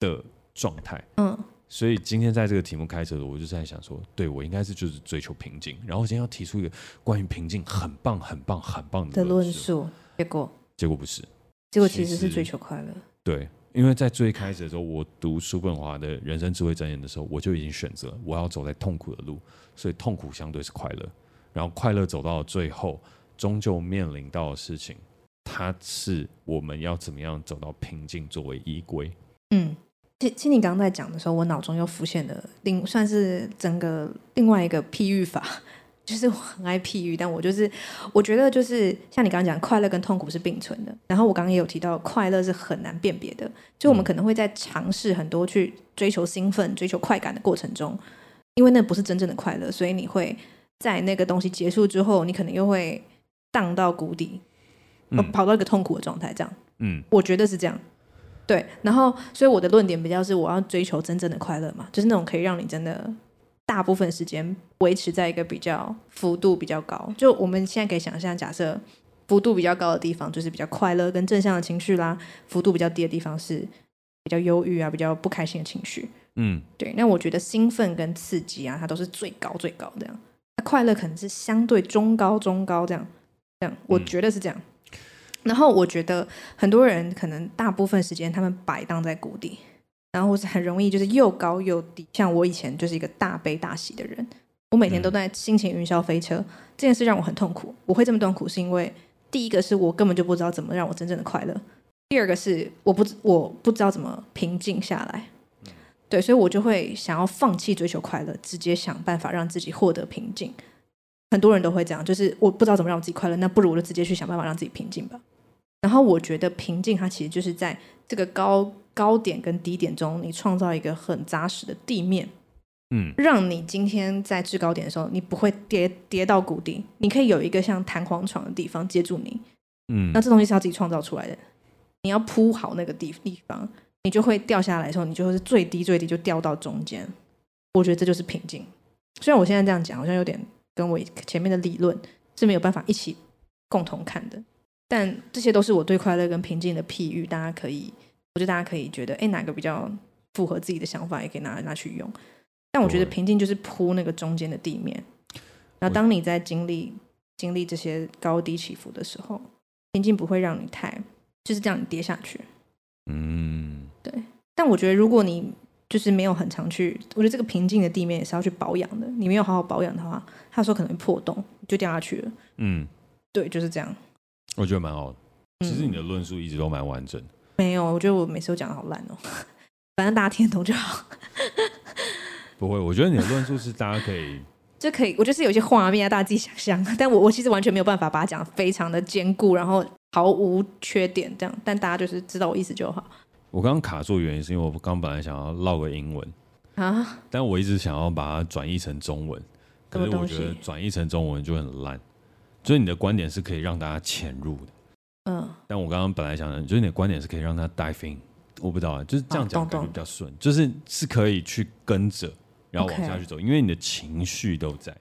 [SPEAKER 3] 的状态。
[SPEAKER 4] 嗯
[SPEAKER 3] 所以今天在这个题目开始的时候，我就在想说，对我应该是就是追求平静，然后我今天要提出一个关于平静很棒、很棒、很棒
[SPEAKER 4] 的
[SPEAKER 3] 的
[SPEAKER 4] 论
[SPEAKER 3] 论，
[SPEAKER 4] 述，结果
[SPEAKER 3] 结果不是。
[SPEAKER 4] 结果
[SPEAKER 3] 其
[SPEAKER 4] 其
[SPEAKER 3] 实
[SPEAKER 4] 实是追求快乐，
[SPEAKER 3] 对，因为在最开始的时候，我读叔本华的人生智慧箴言的时候，我就已经选择我要走在痛苦的路，所以痛苦相对是快乐，然后快乐走到了最后，终究面临到的事情，它是我们要怎么样走到平静作为依归。
[SPEAKER 4] 嗯。其其实你刚刚在讲的时候，我脑中又浮现了另算是整个另外一个譬喻法，就是我很爱譬喻，但我就是我觉得就是像你刚刚讲，快乐跟痛苦是并存的。然后我刚刚也有提到，快乐是很难辨别的，所以我们可能会在尝试很多去追求兴奋、追求快感的过程中，因为那不是真正的快乐，所以你会在那个东西结束之后，你可能又会荡到谷底，呃
[SPEAKER 3] 嗯
[SPEAKER 4] 跑到一个痛苦的状态。这样，
[SPEAKER 3] 嗯，
[SPEAKER 4] 我觉得是这样。对，然后所以我的论点比较是，我要追求真正的快乐嘛，就是那种可以让你真的大部分时间维持在一个比较幅度比较高。就我们现在可以想象，假设幅度比较高的地方就是比较快乐跟正向的情绪啦，幅度比较低的地方是比较忧郁啊、比较不开心的情绪。
[SPEAKER 3] 嗯，
[SPEAKER 4] 对，那我觉得兴奋跟刺激啊，它都是最高最高这样。那快乐可能是相对中高中高这样，这样我觉得是这样。然后我觉得很多人可能大部分时间他们摆荡在谷底，然后或是很容易就是又高又低。像我以前就是一个大悲大喜的人，我每天都在心情云霄飞车，这件事让我很痛苦。我会这么痛苦是因为第一个是我根本就不知道怎么让我真正的快乐，第二个是我不知我不知道怎么平静下来。对，所以我就会想要放弃追求快乐，直接想办法让自己获得平静。很多人都会这样，就是我不知道怎么让我自己快乐，那不如我就直接去想办法让自己平静吧。然后我觉得平静，它其实就是在这个高高点跟低点中，你创造一个很扎实的地面，
[SPEAKER 3] 嗯，
[SPEAKER 4] 让你今天在制高点的时候，你不会跌跌到谷底，你可以有一个像弹簧床的地方接住你。
[SPEAKER 3] 嗯，
[SPEAKER 4] 那这东西是要自己创造出来的，你要铺好那个地地方，你就会掉下来的时候，你就会是最低最低就掉到中间。我觉得这就是平静。虽然我现在这样讲，好像有点跟我前面的理论是没有办法一起共同看的，但这些都是我对快乐跟平静的譬喻，大家可以，我觉得大家可以觉得，哎，哪个比较符合自己的想法，也可以拿拿去用。但我觉得
[SPEAKER 3] 对
[SPEAKER 4] 平静就是铺那个中间的地面，然后当你在经历经历这些高低起伏的时候，平静不会让你太就是这样跌下去。
[SPEAKER 3] 嗯，
[SPEAKER 4] 但我觉得如果你就是没有很常去，我觉得这个平静的地面也是要去保养的。你没有好好保养的话，它有时候可能会破洞，你就掉下去了。
[SPEAKER 3] 嗯，
[SPEAKER 4] 对，就是这样。
[SPEAKER 3] 我觉得蛮好的。
[SPEAKER 4] 嗯
[SPEAKER 3] 其实你的论述一直都蛮完整的。
[SPEAKER 4] 没有，我觉得我每次都讲的好烂哦。 [LAUGHS] 反正大家听得懂就好， [LAUGHS]
[SPEAKER 3] 不会，我觉得你的论述是大家可以， [LAUGHS]
[SPEAKER 4] 就可以。我就是有一些画面啊，大家自己想象。但我我其实完全没有办法把它讲得非常的坚固，然后毫无缺点这样。但大家就是知道我意思就好
[SPEAKER 3] 我刚刚卡住的原因是因为我刚本来想要唠个英文，
[SPEAKER 4] 啊。
[SPEAKER 3] 但我一直想要把它转译成中文，可是
[SPEAKER 4] 什么
[SPEAKER 3] 我
[SPEAKER 4] 东西
[SPEAKER 3] 觉得转译成中文就很烂。就是你的观点是可以让大家潜入的，
[SPEAKER 4] 嗯，
[SPEAKER 3] 但我刚刚本来想的，就是你的观点是可以让他 dive in，我不知道啊，就是这样讲
[SPEAKER 4] 哦
[SPEAKER 3] 感
[SPEAKER 4] 懂
[SPEAKER 3] 觉比较顺，就是是可以去跟着，然后往
[SPEAKER 4] OK
[SPEAKER 3] 下去走，因为你的情绪都在，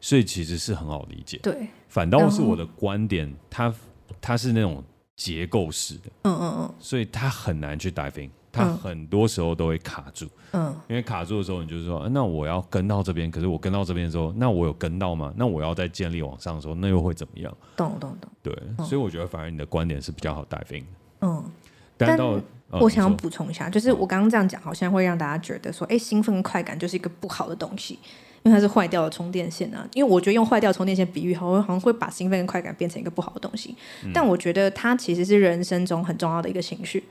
[SPEAKER 3] 所以其实是很好理解。
[SPEAKER 4] 对，
[SPEAKER 3] 反倒是
[SPEAKER 4] 然后
[SPEAKER 3] 我的观点，它它是那种结构式的，
[SPEAKER 4] 嗯嗯
[SPEAKER 3] 所以它很难去 dive in，它
[SPEAKER 4] 嗯
[SPEAKER 3] 很多时候都会卡住。
[SPEAKER 4] 嗯
[SPEAKER 3] 因为卡住的时候，你就是说、啊那我要跟到这边，可是我跟到这边的时候，那我有跟到吗？那我要再建立往上的时候，那又会怎么样？
[SPEAKER 4] 嗯，懂懂懂，
[SPEAKER 3] 对，所以我觉得反而你的观点是比较好 dive in 的。
[SPEAKER 4] 嗯。
[SPEAKER 3] 但
[SPEAKER 4] 但
[SPEAKER 3] 到、呃
[SPEAKER 4] 我想要
[SPEAKER 3] 你说嗯
[SPEAKER 4] 补充一下，就是我刚刚这样讲，好像会让大家觉得说，哎，兴奋跟快感就是一个不好的东西，因为它是坏掉的充电线啊。因为我觉得用坏掉的充电线比喻，好像好像会把兴奋跟快感变成一个不好的东西。
[SPEAKER 3] 嗯
[SPEAKER 4] 但我觉得它其实是人生中很重要的一个情绪。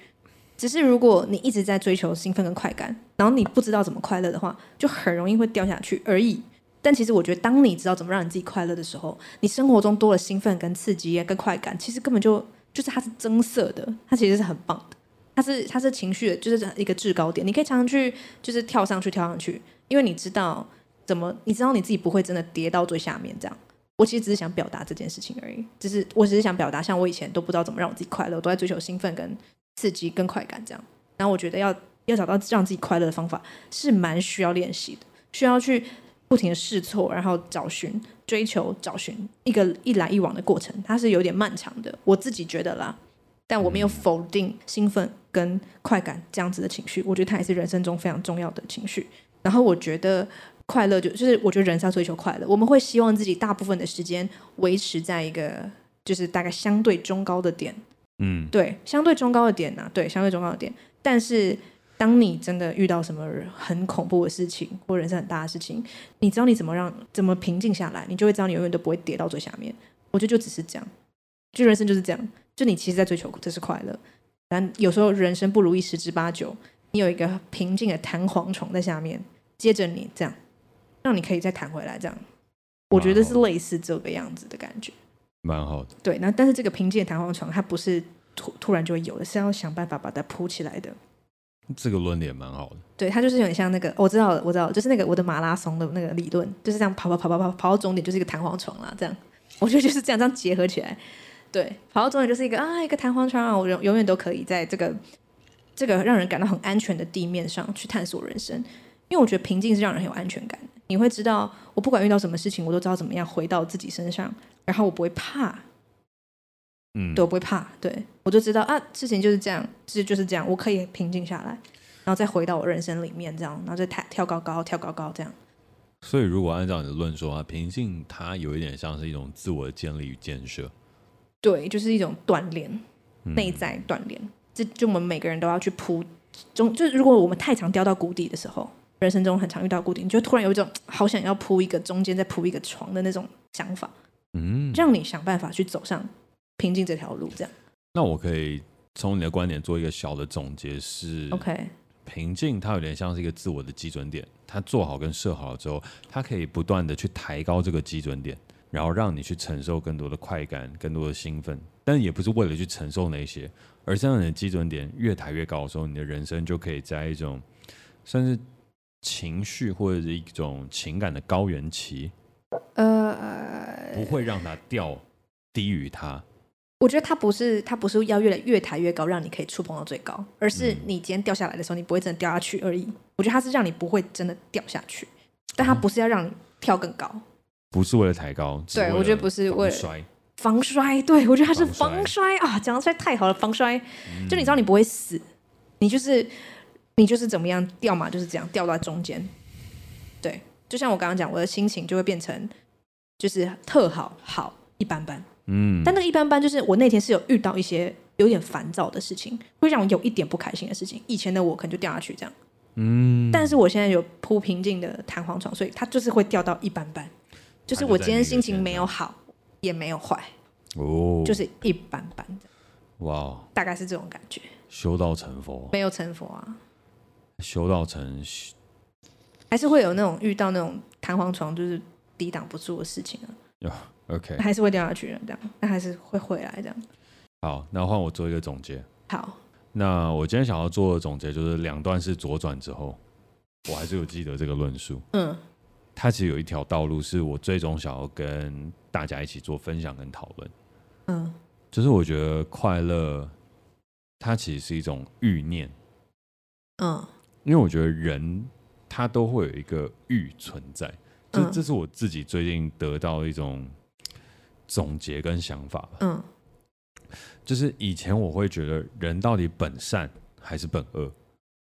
[SPEAKER 4] 只是如果你一直在追求兴奋跟快感，然后你不知道怎么快乐的话，就很容易会掉下去而已。但其实我觉得，当你知道怎么让你自己快乐的时候，你生活中多了兴奋、跟刺激、跟快感，其实根本就就是它是增色的，它其实是很棒的。它是它是情绪的，就是一个制高点。你可以常常去就是跳上去跳上去，因为你知道怎么，你知道你自己不会真的跌到最下面这样。我其实只是想表达这件事情而已，只是我只是想表达，像我以前都不知道怎么让我自己快乐，我都在追求兴奋、跟刺激、跟快感这样。然后我觉得要要找到让自己快乐的方法是蛮需要练习的，需要去不停的试错，然后找寻、追求、找寻一个一来一往的过程，它是有点漫长的。我自己觉得啦，但我没有否定兴奋跟快感这样子的情绪，我觉得它也是人生中非常重要的情绪。然后我觉得快乐就就是我觉得人是要追求快乐，我们会希望自己大部分的时间维持在一个就是大概相对中高的点，
[SPEAKER 3] 嗯，
[SPEAKER 4] 对，相对中高的点呐、啊对，相对中高的点。但是当你真的遇到什么很恐怖的事情或人生很大的事情，你知道你怎么让怎么平静下来，你就会知道你永远都不会跌到最下面。我觉得就只是这样，就人生就是这样，就你其实在追求这是快乐，但有时候人生不如意十之八九，你有一个平静的弹簧床在下面接着你这样，让你可以再弹回来这样。我觉得是类似这个样子的感觉。
[SPEAKER 3] 蛮好的，
[SPEAKER 4] 对，那但是这个平静的弹簧床，它不是突突然就会有的，是要想办法把它铺起来的。
[SPEAKER 3] 这个论点蛮好的。
[SPEAKER 4] 对，它就是有点像那个，我知道了，我知道了，就是那个我的马拉松的那个理论，就是这样跑跑跑跑跑跑到终点就是一个弹簧床啦，这样，我觉得就是这样这样结合起来，对，跑到终点就是一个啊一个弹簧床啊，我永永远都可以在这个这个让人感到很安全的地面上去探索人生，因为我觉得平静是让人很有安全感的。你会知道，我不管遇到什么事情，我都知道怎么样回到自己身上，然后我不会怕，
[SPEAKER 3] 嗯，
[SPEAKER 4] 对，我不会怕，对我就知道啊，事情就是这样，事就是这样，我可以平静下来，然后再回到我人生里面，这样，然后再跳跳高高，跳高高这样。
[SPEAKER 3] 所以如果按照你的论说啊，平静它有一点像是一种自我的建立与建设，
[SPEAKER 4] 对，就是一种锻炼，
[SPEAKER 3] 嗯
[SPEAKER 4] 内在锻炼。这就我们每个人都要去铺，中就是如果我们太常掉到谷底的时候，人生中很常遇到谷底，你就突然有一种好想要铺一个中间再铺一个床的那种想法，
[SPEAKER 3] 嗯，
[SPEAKER 4] 让你想办法去走上平静这条路，这样。
[SPEAKER 3] 那我可以从你的观点做一个小的总结是
[SPEAKER 4] OK，
[SPEAKER 3] 平静它有点像是一个自我的基准点，它做好跟设好了之后，它可以不断的去抬高这个基准点，然后让你去承受更多的快感、更多的兴奋，但也不是为了去承受那些，而是让你的基准点越抬越高的时候，你的人生就可以在一种算是情绪或者是一种情感的高原期，
[SPEAKER 4] 呃，
[SPEAKER 3] 不会让它掉低于它。
[SPEAKER 4] 我觉得它不是它不是要越来越抬越高，让你可以触碰到最高，而是你今天掉下来的时候，你不会真的掉下去而已。我觉得它是让你不会真的掉下去，但它不是要让你跳更高。
[SPEAKER 3] 不是为了抬高，只
[SPEAKER 4] 对
[SPEAKER 3] 为
[SPEAKER 4] 我觉得
[SPEAKER 3] 了
[SPEAKER 4] 不是
[SPEAKER 3] 防
[SPEAKER 4] 为了
[SPEAKER 3] 摔，
[SPEAKER 4] 防摔，对我觉得它是
[SPEAKER 3] 防
[SPEAKER 4] 防摔啊，讲到摔太好了，防摔，就你知道你不会死，你就是你就是怎么样掉嘛，就是这样掉到中间。对，就像我刚刚讲，我的心情就会变成就是特好好一般般，
[SPEAKER 3] 嗯，
[SPEAKER 4] 但那个一般般就是我那天是有遇到一些有点烦躁的事情，会让我有一点不开心的事情。以前的我可能就掉下去这样，
[SPEAKER 3] 嗯，
[SPEAKER 4] 但是我现在有铺平静的弹簧床，所以它就是会掉到一般般，就是我今天心情没有好，也没有坏，
[SPEAKER 3] 哦，
[SPEAKER 4] 就是一般般这样，
[SPEAKER 3] 哇哦，
[SPEAKER 4] 大概是这种感觉，
[SPEAKER 3] 修道成佛，
[SPEAKER 4] 没有成佛啊，
[SPEAKER 3] 修道成修
[SPEAKER 4] 还是会有那种遇到那种弹簧床就是抵挡不住的事情啊，
[SPEAKER 3] OK。
[SPEAKER 4] 还是会掉下去的这样，但还是会回来这样。
[SPEAKER 3] 好，那换我做一个总结。
[SPEAKER 4] 好，
[SPEAKER 3] 那我今天想要做的总结就是两段是左转之后，我还是有记得这个论述。
[SPEAKER 4] 嗯，
[SPEAKER 3] 它其实有一条道路是我最终想要跟大家一起做分享跟讨论。
[SPEAKER 4] 嗯，
[SPEAKER 3] 就是我觉得快乐，它其实是一种欲念，
[SPEAKER 4] 嗯，
[SPEAKER 3] 因为我觉得人他都会有一个欲存在，这
[SPEAKER 4] 嗯
[SPEAKER 3] 这是我自己最近得到一种总结跟想法吧。
[SPEAKER 4] 嗯，
[SPEAKER 3] 就是以前我会觉得人到底本善还是本恶，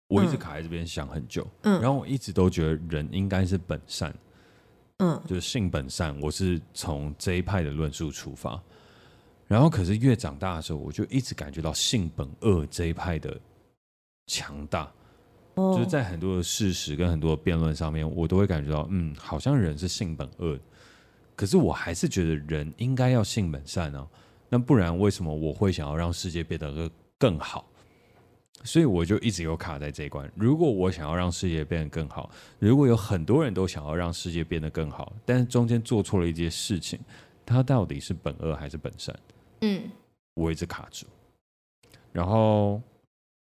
[SPEAKER 3] 我一直
[SPEAKER 4] 嗯
[SPEAKER 3] 卡在这边想很久，
[SPEAKER 4] 嗯
[SPEAKER 3] 然后我一直都觉得人应该是本善，
[SPEAKER 4] 嗯，
[SPEAKER 3] 就是性本善，我是从这一派的论述出发。然后可是越长大的时候，我就一直感觉到性本恶这一派的强大，
[SPEAKER 4] 哦
[SPEAKER 3] 就是在很多的事实跟很多的辩论上面，我都会感觉到，嗯，好像人是性本恶的，可是我还是觉得人应该要性本善啊。那不然为什么我会想要让世界变得更更好？所以我就一直有卡在这一关。如果我想要让世界变得更好，如果有很多人都想要让世界变得更好，但是中间做错了一些事情，它到底是本恶还是本善？
[SPEAKER 4] 嗯
[SPEAKER 3] 我一直卡住。然后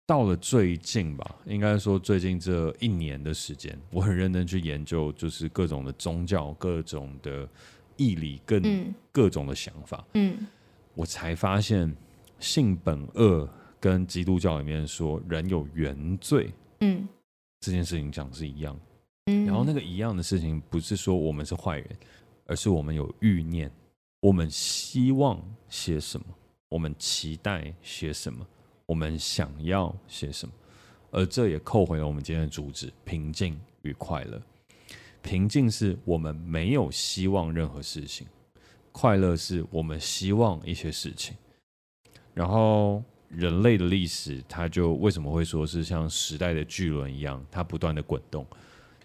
[SPEAKER 3] 到了最近吧，应该说最近这一年的时间，我很认真去研究，就是各种的宗教、各种的义理、跟
[SPEAKER 4] 嗯
[SPEAKER 3] 各种的想法，
[SPEAKER 4] 嗯
[SPEAKER 3] 我才发现性本恶跟基督教里面说人有原罪
[SPEAKER 4] 嗯
[SPEAKER 3] 这件事情讲是一样的。
[SPEAKER 4] 嗯，
[SPEAKER 3] 然后那个一样的事情，不是说我们是坏人，而是我们有欲念，我们希望些什么，我们期待些什么，我们想要些什么，而这也扣回了我们今天的主旨：平静与快乐。平静是我们没有希望任何事情，快乐是我们希望一些事情。然后人类的历史，它就为什么会说是像时代的巨轮一样，它不断的滚动。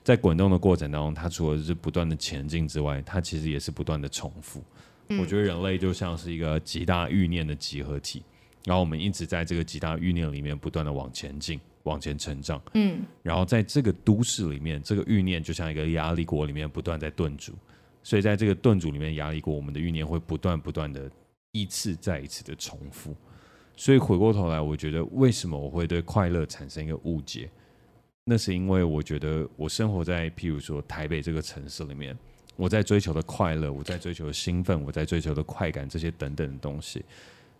[SPEAKER 3] 在滚动的过程当中，它除了是不断的前进之外，它其实也是不断的重复。我觉得人类就像是一个极大欲念的集合体，然后我们一直在这个极大欲念里面不断的往前进，往前成长。
[SPEAKER 4] 嗯
[SPEAKER 3] 然后在这个都市里面，这个欲念就像一个压力锅里面不断在炖煮，所以在这个炖煮里面压力锅，我们的欲念会不断不断的一次再一次的重复。所以回过头来，我觉得为什么我会对快乐产生一个误解，那是因为我觉得我生活在譬如说台北这个城市里面，我在追求的快乐，我在追求的兴奋，我在追求的快感这些等等的东西，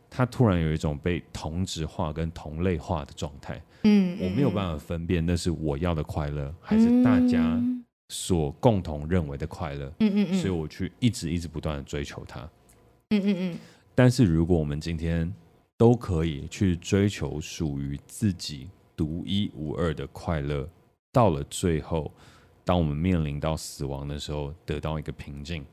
[SPEAKER 3] 它突然有一种被同质化跟同类化的状态，
[SPEAKER 4] 嗯，
[SPEAKER 3] 我没有办
[SPEAKER 4] 法，
[SPEAKER 3] 法分辨那是我要的快乐，还是大家
[SPEAKER 4] 嗯
[SPEAKER 3] 所共同认为的快乐，
[SPEAKER 4] 嗯嗯嗯，
[SPEAKER 3] 所以我去一直一直不断的追求它。
[SPEAKER 4] 嗯嗯嗯，
[SPEAKER 3] 但是如果我们今天都可以去追求属于自己独一无二的快乐，到了最后，当我们面临到死亡的时候，得到一个平静，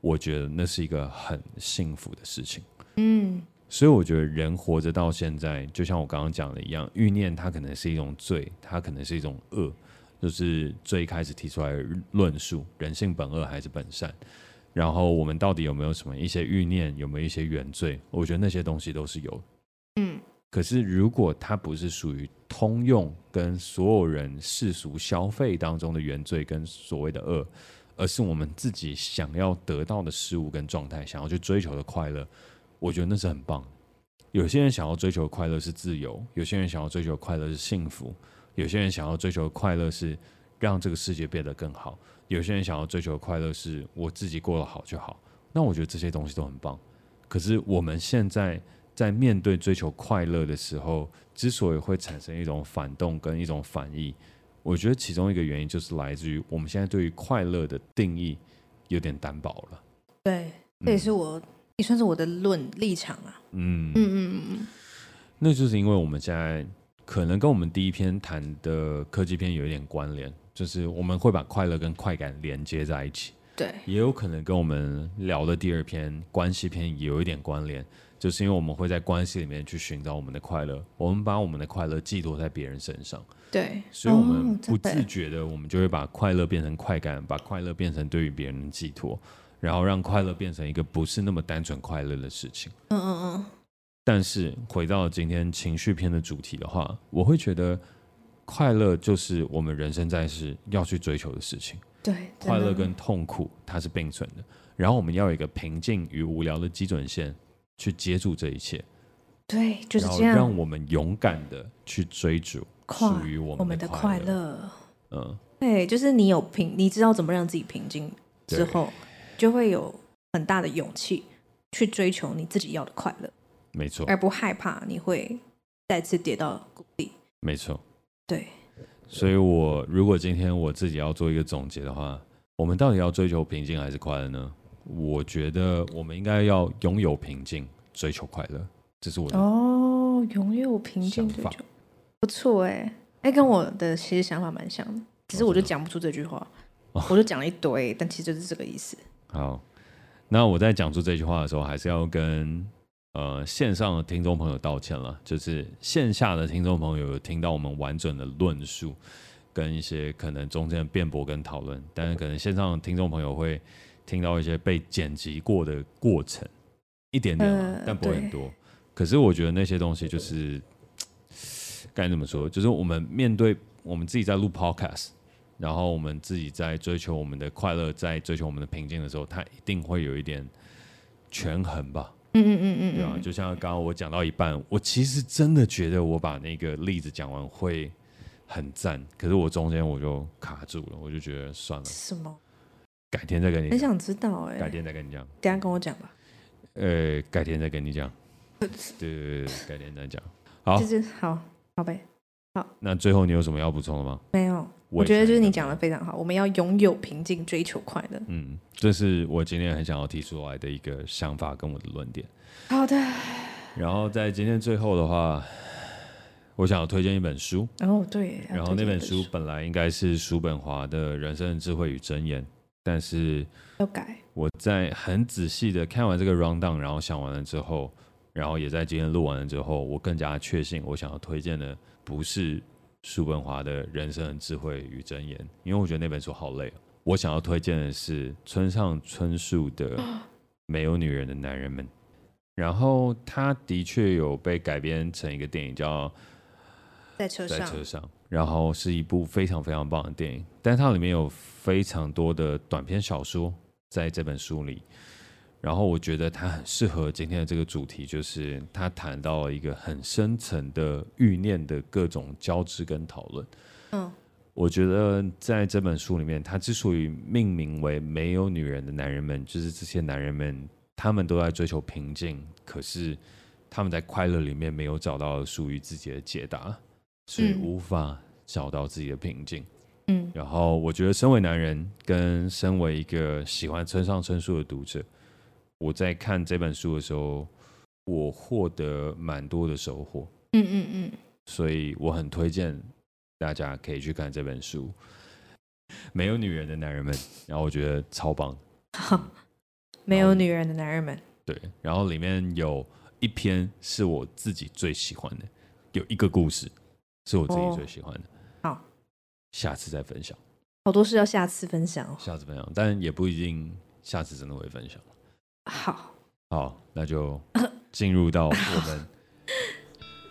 [SPEAKER 3] 我觉得那是一个很幸福的事情。
[SPEAKER 4] 嗯
[SPEAKER 3] 所以我觉得人活着到现在，就像我刚刚讲的一样，欲念它可能是一种罪，它可能是一种恶，就是最开始提出来的论述，人性本恶还是本善。然后我们到底有没有什么一些欲念，有没有一些原罪？我觉得那些东西都是有的。
[SPEAKER 4] 嗯
[SPEAKER 3] 可是如果它不是属于通用跟所有人世俗消费当中的原罪跟所谓的恶，而是我们自己想要得到的事物跟状态，想要去追求的快乐，我觉得那是很棒的。有些人想要追求的快乐是自由，有些人想要追求的快乐是幸福，有些人想要追求的快乐是让这个世界变得更好，有些人想要追求的快乐是我自己过得好就好。那我觉得这些东西都很棒。可是我们现在在面对追求快乐的时候，之所以会产生一种反动跟一种反义，我觉得其中一个原因就是来自于我们现在对于快乐的定义有点单薄了。
[SPEAKER 4] 对，这也是我也算是我的论立场啊。
[SPEAKER 3] 嗯
[SPEAKER 4] 嗯嗯嗯
[SPEAKER 3] 那就是因为我们现在可能跟我们第一篇谈的科技片有一点关联，就是我们会把快乐跟快感连接在一起，
[SPEAKER 4] 对，
[SPEAKER 3] 也有可能跟我们聊的第二篇关系篇也有一点关联，就是因为我们会在关系里面去寻找我们的快乐，我们把我们的快乐寄托在别人身上，
[SPEAKER 4] 对，
[SPEAKER 3] 所以我
[SPEAKER 2] 哦
[SPEAKER 3] 们
[SPEAKER 2] 真
[SPEAKER 3] 不
[SPEAKER 2] 的
[SPEAKER 3] 自觉的，我们就会把快乐变成快感，把快乐变成对于别人的寄托，然后让快乐变成一个不是那么单纯快乐的事情。
[SPEAKER 4] 嗯嗯
[SPEAKER 3] 但是回到今天情绪篇的主题的话，我会觉得快乐就是我们人生在世要去追求的事情，
[SPEAKER 4] 嗯，对，
[SPEAKER 3] 快乐
[SPEAKER 4] 真的
[SPEAKER 3] 跟痛苦它是并存的。然后我们要有一个平静与无聊的基准线去接住这一切，
[SPEAKER 4] 对就是
[SPEAKER 3] 然后
[SPEAKER 4] 这样
[SPEAKER 3] 让，我们勇敢的去追逐
[SPEAKER 4] 快
[SPEAKER 3] 属于我
[SPEAKER 4] 我
[SPEAKER 3] 们
[SPEAKER 4] 们
[SPEAKER 3] 的
[SPEAKER 4] 的
[SPEAKER 3] 快
[SPEAKER 4] 快。乐。
[SPEAKER 3] 嗯，
[SPEAKER 4] 对，就是你有平，你知道怎么让自己平静之
[SPEAKER 3] 对
[SPEAKER 4] 后，就会有很大的勇气去追求你自己要的快乐，
[SPEAKER 3] 没错，
[SPEAKER 4] 而不害怕你会再次跌到谷底。
[SPEAKER 3] 没错。
[SPEAKER 4] 对，
[SPEAKER 3] 所以我如果今天我自己要做一个总结的话，我们到底要追求平静还是快乐呢？我觉得我们应该要拥有平静，追求快乐，这是我的。
[SPEAKER 4] 哦，拥有平
[SPEAKER 3] 静
[SPEAKER 4] 静
[SPEAKER 3] 追
[SPEAKER 4] 追
[SPEAKER 3] 求想
[SPEAKER 4] 求，不错哎，哎，跟我的其实想法蛮像的，只是我就
[SPEAKER 3] 真的
[SPEAKER 4] 讲不出这句话，
[SPEAKER 3] 哦
[SPEAKER 4] 我就讲了一堆，但其实就是这个意思。
[SPEAKER 3] 好，那我在讲出这句话的时候，还是要跟呃线上的听众朋友道歉了，就是线下的听众朋友有听到我们完整的论述，跟一些可能中间的辩驳跟讨论，但是可能线上的听众朋友会听到一些被剪辑过的过程，一点点啦
[SPEAKER 4] 呃
[SPEAKER 3] 但不会很
[SPEAKER 4] 对
[SPEAKER 3] 多。可是我觉得那些东西就是该怎么说，就是我们面对我们自己在录 podcast，然后我们自己在追求我们的快乐，在追求我们的平静的时候，它一定会有一点权衡吧。
[SPEAKER 4] 嗯嗯嗯嗯
[SPEAKER 3] 对啊，就像刚刚我讲到一半，我其实真的觉得我把那个例子讲完会很赞，可是我中间我就卡住了，我就觉得算了，
[SPEAKER 4] 什么？
[SPEAKER 3] 改天再跟你
[SPEAKER 4] 很
[SPEAKER 3] 讲，
[SPEAKER 4] 想知道哎、
[SPEAKER 3] 啊 [LAUGHS] 改天再跟你讲，
[SPEAKER 4] 等一下跟我讲吧。
[SPEAKER 3] 呃，改天再跟你讲，对对对对，改天再讲。好
[SPEAKER 4] 就，是好，好呗，
[SPEAKER 3] 那最后你有什么要补充的吗？
[SPEAKER 4] 没有。
[SPEAKER 3] 也
[SPEAKER 4] 我觉得就是你讲
[SPEAKER 3] 想
[SPEAKER 4] 的非常好，我们要拥有平静，追求快乐。
[SPEAKER 3] 嗯，这是我今天很想要提出来的一个想法跟我的论点。
[SPEAKER 4] 好的，
[SPEAKER 3] 然后在今天最后的话，我想要推荐一本书，
[SPEAKER 4] 然后对，
[SPEAKER 3] 哦然后那本书本来应该是叔本华的《人生的智慧与箴言》，但是
[SPEAKER 4] 要改，
[SPEAKER 3] 我在很仔细的看完这个 round down，然后想完了之后，然后也在今天录完了之后，我更加确信我想要推荐的不是叔本华的《人生的智慧与箴言》，因为我觉得那本书好累、啊。我想要推荐的是村上春树的《没有女人的男人们》，然后他的确有被改编成一个电影叫
[SPEAKER 4] 在车
[SPEAKER 3] 在
[SPEAKER 4] 上，
[SPEAKER 3] 车上，然后是一部非常非常棒的电影，但它里面有非常多的短篇小说在这本书里，然后我觉得它很适合今天的这个主题，就是它谈到了一个很深层的欲念的各种交织跟讨论。
[SPEAKER 4] 嗯，
[SPEAKER 3] 我觉得在这本书里面，它之所以命名为“没有女人的男人们”，就是这些男人们，他们都在追求平静，可是他们在快乐里面没有找到属于自己的解答，所以
[SPEAKER 4] 嗯
[SPEAKER 3] 无法找到自己的平静。
[SPEAKER 4] 嗯
[SPEAKER 3] 然后我觉得，身为男人跟身为一个喜欢村上春树的读者，我在看这本书的时候，我获得蛮多的收获，
[SPEAKER 4] 嗯嗯嗯，
[SPEAKER 3] 所以我很推荐大家可以去看这本书。没有女人的男人们，然后我觉得超棒。
[SPEAKER 4] 好，没有女人的男人们，
[SPEAKER 3] 对，然后里面有一篇是我自己最喜欢的，有一个故事是我自己最喜欢的。
[SPEAKER 4] 好，
[SPEAKER 3] 下次再分享，
[SPEAKER 4] 好多事要下次分享哦。
[SPEAKER 3] 下次分享，但也不一定下次真的会分享。
[SPEAKER 4] 好，
[SPEAKER 3] 好，那就进入到我们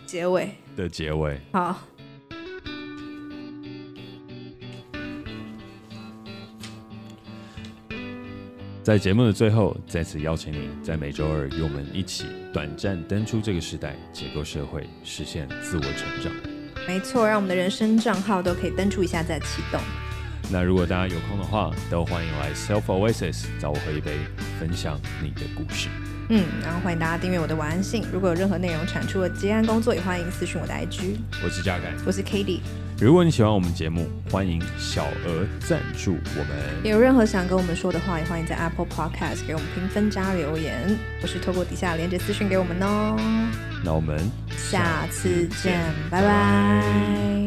[SPEAKER 4] 结尾
[SPEAKER 3] 的结尾。
[SPEAKER 4] 好。
[SPEAKER 3] 在节目的最后，再次邀请你在每周二与我们一起短暂登出这个时代，解构社会，实现自我成长。
[SPEAKER 4] 没错，让我们的人生账号都可以登出一下再启动。
[SPEAKER 3] 那如果大家有空的话，都欢迎来 Self Oasis 找我喝一杯，分享你的故事。
[SPEAKER 4] 嗯，然后欢迎大家订阅我的晚安信。如果有任何内容产出的接案工作，也欢迎私讯我的 IG。
[SPEAKER 3] 我是嘉改，
[SPEAKER 4] 我是 k a t i e
[SPEAKER 3] 如果你喜欢我们节目，欢迎小额赞助我们。
[SPEAKER 4] 有任何想跟我们说的话，也欢迎在 Apple Podcast 给我们评分加留言，或是透过底下连接私讯给我们哦。
[SPEAKER 3] 那我们
[SPEAKER 4] 下次见，拜拜